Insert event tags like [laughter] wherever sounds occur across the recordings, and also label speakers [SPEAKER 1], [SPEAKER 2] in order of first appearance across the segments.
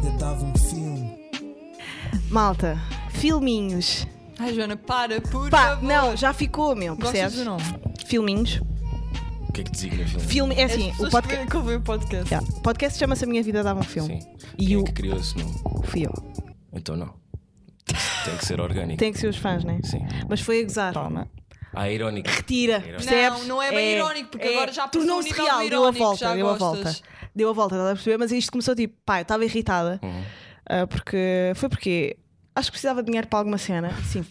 [SPEAKER 1] faltava um filme.
[SPEAKER 2] Malta, filminhos.
[SPEAKER 3] Ai, Joana, para, por
[SPEAKER 2] Pá,
[SPEAKER 3] favor.
[SPEAKER 2] não, já ficou, meu,
[SPEAKER 3] Tá Gostas
[SPEAKER 2] percebes?
[SPEAKER 3] do nome?
[SPEAKER 2] Filminhos.
[SPEAKER 4] O que é que designa filme?
[SPEAKER 2] Filme, é assim,
[SPEAKER 3] As
[SPEAKER 2] o
[SPEAKER 3] pessoas
[SPEAKER 2] podcast.
[SPEAKER 3] que ouvem o podcast.
[SPEAKER 2] Yeah, O podcast chama-se A Minha Vida Dava um Filme.
[SPEAKER 4] Sim.
[SPEAKER 2] E
[SPEAKER 4] Quem
[SPEAKER 2] o-
[SPEAKER 4] é que criou esse nome?
[SPEAKER 2] Fui eu.
[SPEAKER 4] Então não. Tem que ser orgânico.
[SPEAKER 2] Tem que ser os fãs, né?
[SPEAKER 4] Sim.
[SPEAKER 2] Mas foi a gozar.
[SPEAKER 3] Toma.
[SPEAKER 4] Ah, é irónico.
[SPEAKER 2] Retira,
[SPEAKER 4] Não,
[SPEAKER 2] percebes?
[SPEAKER 3] não é bem irónico, porque agora já passou
[SPEAKER 2] tornou-se
[SPEAKER 3] o nível do
[SPEAKER 2] real, deu a
[SPEAKER 3] irónico,
[SPEAKER 2] volta,
[SPEAKER 3] já
[SPEAKER 2] deu a
[SPEAKER 3] gostas.
[SPEAKER 2] volta. Deu a volta, estás a perceber? Mas isto começou tipo, pá, eu estava irritada.
[SPEAKER 4] Uhum.
[SPEAKER 2] ah, porque foi porque acho que precisava de dinheiro para alguma cena. Sim.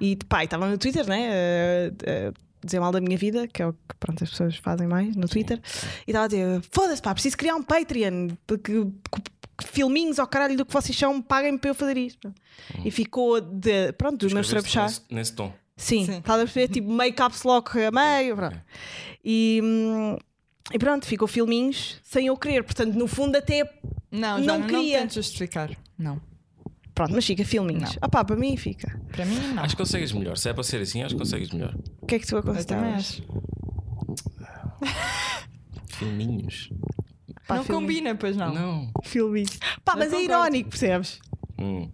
[SPEAKER 2] E pá, e estava no Twitter, né? ah, ah, dizer mal da minha vida, que é o que pronto, as pessoas fazem mais no Twitter. E estava a dizer: foda-se, pá, preciso criar um Patreon. Porque, que- que filminhos ao caralho do que vocês são, paguem para eu fazer isto. E ficou de, pronto, dos meus
[SPEAKER 4] Uhum. Escreveste
[SPEAKER 2] trabuchar.
[SPEAKER 4] Nesse, nesse tom.
[SPEAKER 2] Sim,
[SPEAKER 3] Sim.
[SPEAKER 2] estás a perceber? Tipo meio caps lock a meio. Pronto. E, hum, e pronto, ficou filminhos sem eu querer. Portanto, no fundo, até.
[SPEAKER 3] Não,
[SPEAKER 2] Não
[SPEAKER 3] Joana, não,
[SPEAKER 2] queria.
[SPEAKER 3] tentes justificar. Não.
[SPEAKER 2] Pronto, mas fica filminhos. Ah pá, para mim fica.
[SPEAKER 3] Para mim, não.
[SPEAKER 4] Acho que consegues melhor. Se é para ser assim, acho que consegues melhor.
[SPEAKER 2] O que é que tu
[SPEAKER 3] Eu também
[SPEAKER 2] aconselhavas?
[SPEAKER 3] acho.
[SPEAKER 4] Filminhos.
[SPEAKER 2] Pá,
[SPEAKER 3] não
[SPEAKER 2] filme-
[SPEAKER 3] combina, pois não.
[SPEAKER 4] Não.
[SPEAKER 2] Filminhos. Pá, mas é
[SPEAKER 3] concordo.
[SPEAKER 2] irónico, percebes?
[SPEAKER 4] Hum.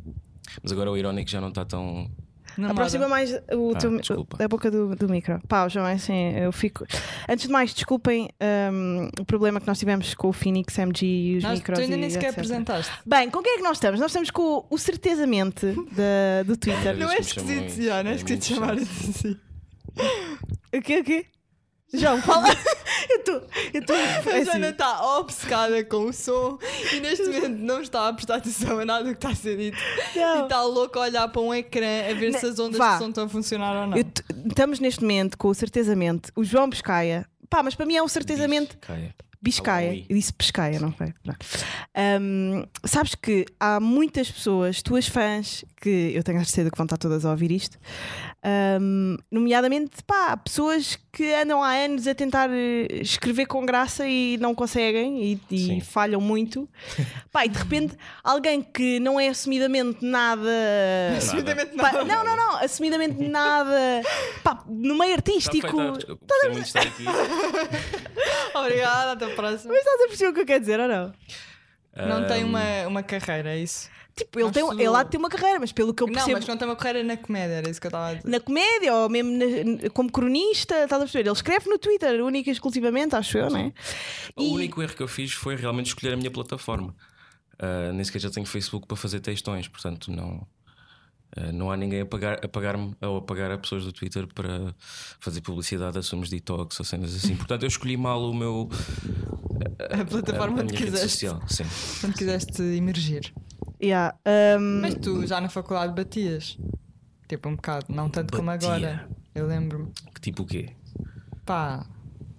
[SPEAKER 4] Mas agora o irónico já não está tão.
[SPEAKER 3] Não
[SPEAKER 2] Aproxima
[SPEAKER 3] moda.
[SPEAKER 2] mais o
[SPEAKER 4] Ah,
[SPEAKER 2] teu-
[SPEAKER 4] desculpa.
[SPEAKER 2] a boca do, do micro. Pá, o João, é assim, eu fico. Antes de mais, desculpem hum, o problema que nós tivemos com o Phoenix MG e os
[SPEAKER 3] Nós-
[SPEAKER 2] micros.
[SPEAKER 3] tu ainda
[SPEAKER 2] e
[SPEAKER 3] nem sequer
[SPEAKER 2] etc..
[SPEAKER 3] apresentaste.
[SPEAKER 2] Bem, com quem é que nós estamos? Nós estamos com o Certezamente da- do
[SPEAKER 3] [laughs]
[SPEAKER 2] Twitter.
[SPEAKER 4] Não
[SPEAKER 3] Não
[SPEAKER 4] é
[SPEAKER 3] é
[SPEAKER 4] que me chamam
[SPEAKER 3] esquisito,
[SPEAKER 4] isso.
[SPEAKER 3] já, não é
[SPEAKER 4] É
[SPEAKER 3] esquisito chamar
[SPEAKER 4] muito
[SPEAKER 2] [laughs]
[SPEAKER 3] assim.
[SPEAKER 2] O quê, o quê? [laughs] João, fala. eu estou. Eu estou.
[SPEAKER 3] A Joana está obcecada com o som e neste momento não está a prestar atenção a nada do que está a ser dito.
[SPEAKER 2] Não.
[SPEAKER 3] E está louco a olhar para um ecrã a ver se as ondas
[SPEAKER 2] vá.
[SPEAKER 3] de som estão a funcionar ou não.
[SPEAKER 2] Eu t- Estamos neste momento com o certezamente o João Pescaia. Pá, mas para mim é um certezamente
[SPEAKER 4] Caia.
[SPEAKER 2] Biscaia.
[SPEAKER 4] Fala um i.
[SPEAKER 2] Eu disse Pescaia, não foi? Não. Ahm, sabes que há muitas pessoas, tuas fãs, que eu tenho a certeza que vão estar todas a ouvir isto, ahm, nomeadamente, pá, pessoas que andam há anos a tentar eh, escrever com graça e não conseguem e, e
[SPEAKER 4] Sim.
[SPEAKER 2] falham muito. pá, e de repente, alguém que não é assumidamente nada.
[SPEAKER 3] Absolutamente
[SPEAKER 2] Pá,
[SPEAKER 3] nada.
[SPEAKER 2] não, não, não, assumidamente nada. Pá, no meio
[SPEAKER 4] Está
[SPEAKER 2] artístico.
[SPEAKER 4] feita.
[SPEAKER 2] Mas
[SPEAKER 4] Desculpa, gostei muito de estar aqui.
[SPEAKER 3] [laughs] Obrigada, até a próxima.
[SPEAKER 2] estás a perceber o que eu quero dizer ou não?
[SPEAKER 3] Não tem uma, uma carreira, é isso?
[SPEAKER 2] Tipo, ele,
[SPEAKER 3] Acho
[SPEAKER 2] tem,
[SPEAKER 3] que-
[SPEAKER 2] ele há de ter uma carreira, mas pelo que eu
[SPEAKER 3] Não,
[SPEAKER 2] percebo
[SPEAKER 3] mas não tem uma carreira na comédia, era isso que eu estava a dizer.
[SPEAKER 2] na comédia ou mesmo na- como cronista, estás a perceber? Ele escreve no Twitter, única e exclusivamente, acho eu, não é?
[SPEAKER 4] O único erro que eu fiz foi realmente escolher a minha plataforma. Ah, nem sequer já tenho Facebook para fazer textões, portanto não. ah, não há ninguém a pagar- a pagar-me ou a pagar a pessoas do Twitter para fazer publicidade a sumos detox ou cenas assim. Portanto, eu escolhi mal o meu. ah,
[SPEAKER 3] A plataforma
[SPEAKER 4] a
[SPEAKER 3] onde
[SPEAKER 4] minha rede
[SPEAKER 3] quiseste,
[SPEAKER 4] social. Sim.
[SPEAKER 3] onde quiseste emergir.
[SPEAKER 2] Yeah, um,
[SPEAKER 3] Mas tu já na faculdade batias. Tipo, um bocado. Não tanto como
[SPEAKER 4] Batia.
[SPEAKER 3] agora. Eu lembro-me.
[SPEAKER 4] Que Tipo o quê?
[SPEAKER 3] Pá,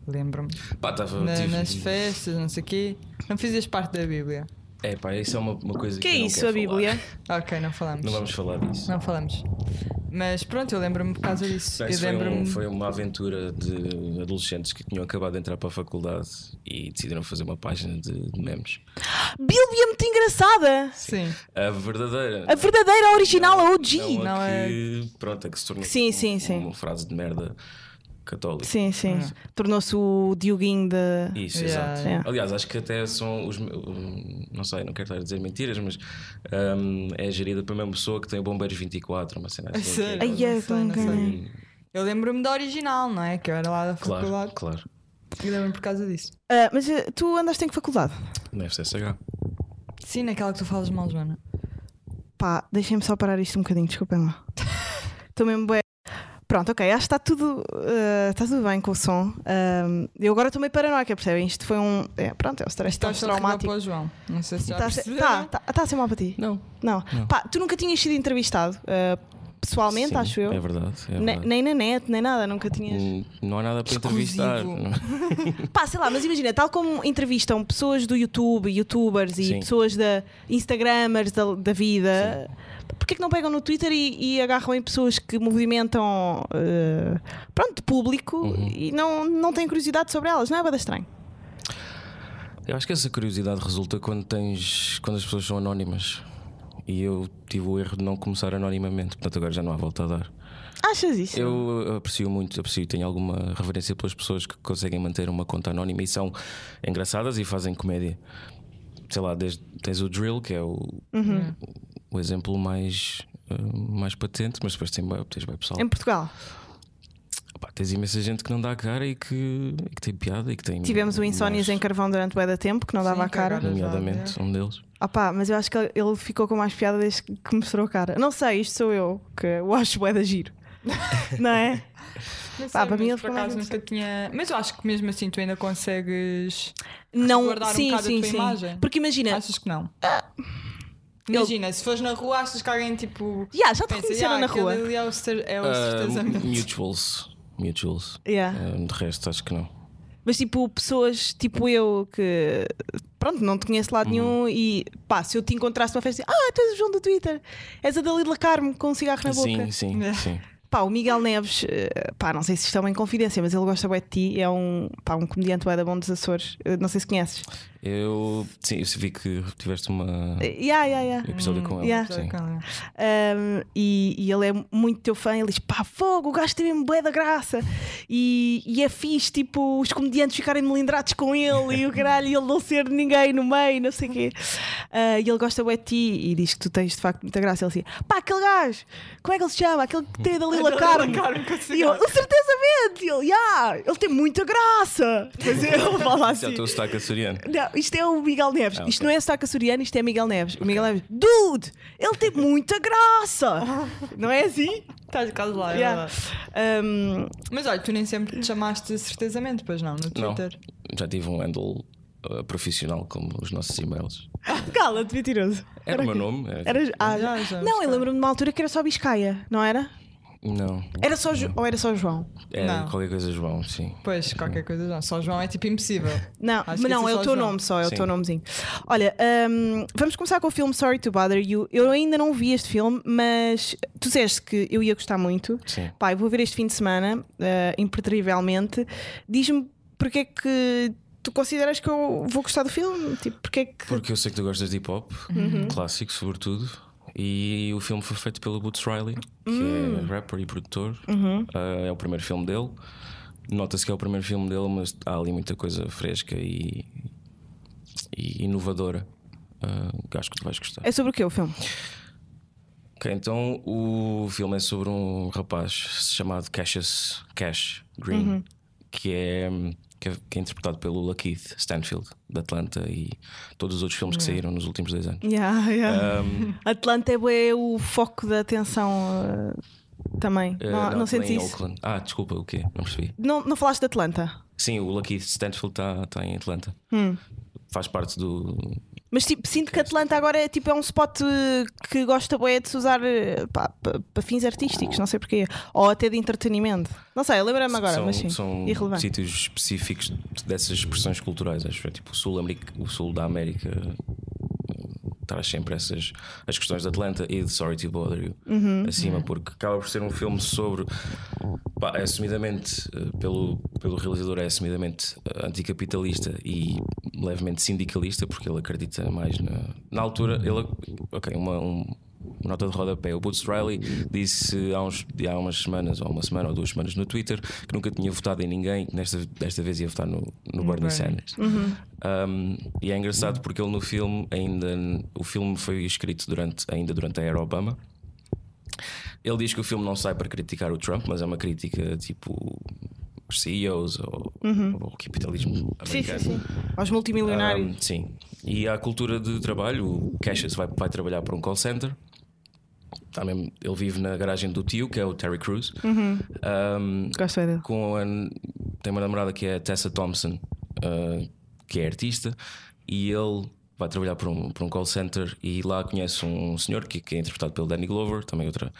[SPEAKER 3] lembro-me.
[SPEAKER 4] Pá, estava.
[SPEAKER 3] Na-
[SPEAKER 4] tive- um-
[SPEAKER 3] nas festas, não sei o quê. Não fizias parte da Bíblia.
[SPEAKER 4] É pá, isso é uma, uma coisa
[SPEAKER 2] o
[SPEAKER 4] que.
[SPEAKER 2] que é
[SPEAKER 4] eu não
[SPEAKER 2] isso,
[SPEAKER 4] quero
[SPEAKER 2] a Bíblia?
[SPEAKER 4] falar.
[SPEAKER 3] Ok, não falamos.
[SPEAKER 4] Não
[SPEAKER 3] Não,
[SPEAKER 4] vamos falar disso.
[SPEAKER 3] falamos. Mas pronto, eu lembro-me por causa disso.
[SPEAKER 4] Não,
[SPEAKER 3] eu
[SPEAKER 4] isso foi,
[SPEAKER 3] lembro-me.
[SPEAKER 4] um- foi uma aventura de adolescentes que tinham acabado de entrar para a faculdade e decidiram fazer uma página de, de memes.
[SPEAKER 2] Bíblia é muito
[SPEAKER 4] um
[SPEAKER 2] engraçada!
[SPEAKER 3] Sim.
[SPEAKER 4] A verdadeira.
[SPEAKER 2] A verdadeira, a original, a OG!
[SPEAKER 4] não,
[SPEAKER 3] Não,
[SPEAKER 4] a
[SPEAKER 3] é-
[SPEAKER 4] que, Pronto, a que se tornou
[SPEAKER 2] Sim,
[SPEAKER 4] um-
[SPEAKER 2] sim, sim.
[SPEAKER 4] uma frase de merda católica.
[SPEAKER 2] Sim, sim. Tornou-se o Dioguinho da.
[SPEAKER 4] Isso,
[SPEAKER 3] Yeah.
[SPEAKER 4] exato.
[SPEAKER 2] Yeah.
[SPEAKER 4] Aliás, acho que até são os. me- um, Não sei, não quero estar a dizer mentiras, mas um, é gerida pela mesma pessoa que tem o Bombeiros 24, uma cena
[SPEAKER 3] A
[SPEAKER 4] assim. que é-
[SPEAKER 3] sério.
[SPEAKER 2] Ai, é,
[SPEAKER 3] Não sei, não
[SPEAKER 2] com-
[SPEAKER 3] sei. Eu lembro-me da original, não é? Que eu era lá da
[SPEAKER 4] Claro,
[SPEAKER 3] faculdade.
[SPEAKER 4] claro.
[SPEAKER 3] E lembro-me por causa disso.
[SPEAKER 2] Ah, mas eh, tu andaste em que faculdade?
[SPEAKER 4] Na FCSH.
[SPEAKER 3] Sim, naquela que tu falas mal, Joana.
[SPEAKER 2] Pá, deixem-me só parar isto um bocadinho, desculpem lá. Estou mesmo bué. Pronto, ok, acho que está tudo, eh, está tudo bem com o som. Ahm, eu agora estou meio paranoica, percebem? Isto foi um. É, pronto, é um stress
[SPEAKER 3] Isto
[SPEAKER 2] traumático.
[SPEAKER 3] para o João. Não sei se já
[SPEAKER 2] Está a ser-
[SPEAKER 3] perceberam.
[SPEAKER 2] tá, tá, tá a ser mal para ti?
[SPEAKER 4] Não.
[SPEAKER 2] Não. Pá, tu nunca tinhas sido entrevistado eh, pessoalmente,
[SPEAKER 4] Sim,
[SPEAKER 2] acho eu.
[SPEAKER 4] É verdade. É
[SPEAKER 2] Ne-
[SPEAKER 4] verdade.
[SPEAKER 2] nem na net, nem nada, nunca tinhas.
[SPEAKER 4] Hum, Não há nada para
[SPEAKER 3] Exclusivo.
[SPEAKER 4] entrevistar. é?
[SPEAKER 2] Pá, sei lá, mas imagina, tal como entrevistam pessoas do YouTube, youtubers e
[SPEAKER 4] Sim.
[SPEAKER 2] pessoas da Instagramers da, da vida, porquê que não pegam no Twitter e, e agarram em pessoas que movimentam eh, pronto, público
[SPEAKER 4] Uhum.
[SPEAKER 2] e não, não têm curiosidade sobre elas? Não é bada estranho.
[SPEAKER 4] Eu acho que essa curiosidade resulta quando tens. quando as pessoas são anónimas. E eu tive o erro de não começar anonimamente, portanto agora já não há volta a dar.
[SPEAKER 2] Achas isso?
[SPEAKER 4] Eu aprecio muito, aprecio, tenho alguma reverência pelas pessoas que conseguem manter uma conta anónima e são engraçadas e fazem comédia. sei lá, desde, tens o drill, que é o,
[SPEAKER 2] Uhum.
[SPEAKER 4] o, o exemplo mais, eh, mais patente, mas depois tens, bué- tens bem pessoal.
[SPEAKER 2] Em Portugal.
[SPEAKER 4] Pá, tens imensa gente que não dá a cara e que, e que tem piada e que tem.
[SPEAKER 2] Tivemos o Insónias em
[SPEAKER 4] mulheres,
[SPEAKER 2] Carvão durante o da tempo, que não
[SPEAKER 3] Sim,
[SPEAKER 2] dava a
[SPEAKER 3] que
[SPEAKER 2] cara.
[SPEAKER 3] agora-
[SPEAKER 4] Nomeadamente, um deles.
[SPEAKER 2] Opá, mas eu acho que ele- ele ficou com mais piada desde que mostrou a cara. Não sei, isto sou eu, que o acho bué da giro. [laughs] não é?
[SPEAKER 3] Não
[SPEAKER 2] Pá, para
[SPEAKER 3] sei,
[SPEAKER 2] mim
[SPEAKER 3] mas
[SPEAKER 2] ele
[SPEAKER 3] por
[SPEAKER 2] ficou mais
[SPEAKER 3] acaso nunca tinha. Mas eu acho que mesmo assim tu ainda consegues.
[SPEAKER 2] Não,
[SPEAKER 3] Resguardar um
[SPEAKER 2] sim,
[SPEAKER 3] bocado a
[SPEAKER 2] sim,
[SPEAKER 3] tua
[SPEAKER 2] sim.
[SPEAKER 3] imagem?
[SPEAKER 2] Porque imagina,
[SPEAKER 3] Achas que não? É. Ah. Imagina, se fores na rua, achas que alguém tipo.
[SPEAKER 2] Yeah, já te
[SPEAKER 3] Pensa,
[SPEAKER 2] reconheceram
[SPEAKER 3] "Ah,
[SPEAKER 2] na
[SPEAKER 3] aquele
[SPEAKER 2] rua.
[SPEAKER 3] ali é o, cer- é o
[SPEAKER 4] Ah,
[SPEAKER 3] certeza [laughs]
[SPEAKER 4] mutuals. Mutuals.
[SPEAKER 2] Yeah.
[SPEAKER 4] Ah, de resto, acho que não.
[SPEAKER 2] Mas tipo, pessoas tipo eu que pronto, não te conheço de
[SPEAKER 4] Uhum.
[SPEAKER 2] lado nenhum e pá, se eu te encontrasse numa festa, ah, tu és o João do Twitter, és a Dalila Carmo com um cigarro na boca.
[SPEAKER 4] Sim,
[SPEAKER 2] [laughs]
[SPEAKER 3] É.
[SPEAKER 4] sim, sim.
[SPEAKER 2] Pá, o Miguel Neves, eh, pá, não sei se isto é uma inconfidência, mas ele gosta bem de ti, é um, pá, um comediante bué da bom dos Açores, eh, não sei se conheces.
[SPEAKER 4] Eu, sim, eu vi que tiveste uma
[SPEAKER 2] Eh, Yeah, yeah, yeah.
[SPEAKER 4] episódio com ela.
[SPEAKER 2] yeah.
[SPEAKER 3] Tá,
[SPEAKER 4] Sim.
[SPEAKER 2] Um, e, e ele é muito teu fã, ele diz: pá, fogo, o gajo tem mesmo bué da graça. E, e é fixe, tipo, os comediantes ficarem melindrados com ele e o caralho, e ele não ser ninguém no meio, não sei o quê. Uh, e ele gosta bué de ti e diz que tu tens de facto muita graça. Ele diz: pá, aquele gajo, como é que ele se chama? [laughs] Aquele que tem a Dalila Carmo. E eu, certezamente, e ele, "Ya, ele tem muita graça. Mas [laughs] eu falo
[SPEAKER 4] Esse é o
[SPEAKER 2] assim.
[SPEAKER 4] teu sotaque açoriano.
[SPEAKER 2] Não, isto é o Miguel Neves.
[SPEAKER 4] Ah,
[SPEAKER 2] Isto
[SPEAKER 4] ok.
[SPEAKER 2] não é sotaque açoriano, isto é Miguel Neves. O Miguel Neves, dude, ele tem muita
[SPEAKER 3] [laughs]
[SPEAKER 2] graça. não é assim?
[SPEAKER 3] Estás quase lá, é
[SPEAKER 2] Yeah.
[SPEAKER 3] verdade.
[SPEAKER 2] Um,
[SPEAKER 3] Mas olha, tu nem sempre te chamaste certezamente, pois não, no
[SPEAKER 4] Não,
[SPEAKER 3] Twitter.
[SPEAKER 4] já tive um handle uh, profissional como os nossos e-mails.
[SPEAKER 2] Cala-te, mentiroso.
[SPEAKER 4] Era o meu nome? Era-
[SPEAKER 2] Era,
[SPEAKER 4] tipo-
[SPEAKER 2] ah,
[SPEAKER 3] Já, já,
[SPEAKER 2] não, eu
[SPEAKER 3] Biscaia.
[SPEAKER 2] lembro-me de uma altura que era só Biscaia, não era?
[SPEAKER 4] Não.
[SPEAKER 2] Era só Jo- ou era só João?
[SPEAKER 4] Era
[SPEAKER 3] Não.
[SPEAKER 4] qualquer coisa, João, sim.
[SPEAKER 3] Pois, qualquer coisa não. Só João é tipo impossível.
[SPEAKER 2] Não,
[SPEAKER 3] Acho
[SPEAKER 2] mas
[SPEAKER 3] que
[SPEAKER 2] não,
[SPEAKER 3] esse é
[SPEAKER 2] é
[SPEAKER 3] só
[SPEAKER 2] o teu
[SPEAKER 3] João.
[SPEAKER 2] nome só, é
[SPEAKER 4] Sim.
[SPEAKER 2] o teu nomezinho. Olha, um, vamos começar com o filme Sorry to Bother You. Eu ainda não vi este filme, mas tu disseste que eu ia gostar muito.
[SPEAKER 4] Sim.
[SPEAKER 2] Pai, vou ver este fim de semana, eh, impertrivelmente. Diz-me porque é que tu consideras que eu vou gostar do filme? Tipo, porque é que.
[SPEAKER 4] Porque eu sei que tu gostas de hip hop, clássico, sobretudo. E o filme foi feito pelo Boots Riley, que é rapper e produtor. Ah, é o primeiro filme dele. Nota-se que é o primeiro filme dele, mas há ali muita coisa fresca e, e inovadora. ah, que acho que tu vais gostar.
[SPEAKER 2] É sobre o que o filme?
[SPEAKER 4] Ok, então o filme é sobre um rapaz chamado Cassius Cash Green,
[SPEAKER 2] Uhum.
[SPEAKER 4] que, é, que é que é interpretado pelo Lakeith Stanfield, de Atlanta, e todos os outros filmes que saíram nos últimos
[SPEAKER 2] [laughs]
[SPEAKER 4] dois anos. Um,
[SPEAKER 2] Yeah,
[SPEAKER 4] Eh,
[SPEAKER 2] yeah. Atlanta é bué o foco da atenção eh, também.
[SPEAKER 4] Eh,
[SPEAKER 2] não não
[SPEAKER 4] ele é
[SPEAKER 2] sentes
[SPEAKER 4] em
[SPEAKER 2] isso?
[SPEAKER 4] Oakland. Ah, desculpa, o quê? Não percebi.
[SPEAKER 2] Não, não falaste de Atlanta.
[SPEAKER 4] Sim, o Lakeith Stanfield está tá em Atlanta.
[SPEAKER 2] Hum.
[SPEAKER 4] Faz parte do.
[SPEAKER 2] Mas tipo, sinto que Atlanta agora é, tipo, é um spot eh, que gosta bué de se usar eh, pá, pa- para fins artísticos, não sei porquê. Ou até de entretenimento. Não sei, lembra-me agora,
[SPEAKER 4] são
[SPEAKER 2] mas sim.
[SPEAKER 4] são
[SPEAKER 2] irrelevante.
[SPEAKER 4] sítios específicos dessas expressões culturais, acho. É tipo o sul, América, o sul da América eh, traz sempre essas as questões de Atlanta e de Sorry to Bother You acima, porque acaba por ser um filme sobre pá, é assumidamente eh, pelo, pelo realizador é assumidamente eh, anticapitalista e levemente sindicalista, porque ele acredita mais na. Na altura, ele. Ok, uma, um- uma nota de rodapé. O Boots Riley disse há, uns, há umas semanas, ou uma semana ou duas semanas no Twitter, que nunca tinha votado em ninguém, que nesta, desta vez ia votar no, no Bernie
[SPEAKER 3] Bernie.
[SPEAKER 4] Sanders.
[SPEAKER 2] Uhum.
[SPEAKER 4] Um, e é engraçado porque ele no filme ainda. O filme foi escrito durante, ainda durante a era Obama. Ele diz que o filme não sai para criticar o Trump, mas é uma crítica tipo os CEOs ou, ou ao capitalismo
[SPEAKER 2] Uhum. Sim,
[SPEAKER 4] americano.
[SPEAKER 2] sim, sim. Aos multimilionários.
[SPEAKER 4] Um, sim. E à cultura de trabalho, o Cassius vai, vai trabalhar para um call center. Tá mesmo- ele vive na garagem do tio, que é o Terry Crews.
[SPEAKER 2] Uhum.
[SPEAKER 4] Um,
[SPEAKER 2] Gosto é dele.
[SPEAKER 4] com a, tem uma namorada que é a Tessa Thompson, ah, que é artista, e ele vai trabalhar para um, para um call center e lá conhece um senhor que, que é interpretado pelo Danny Glover, também outra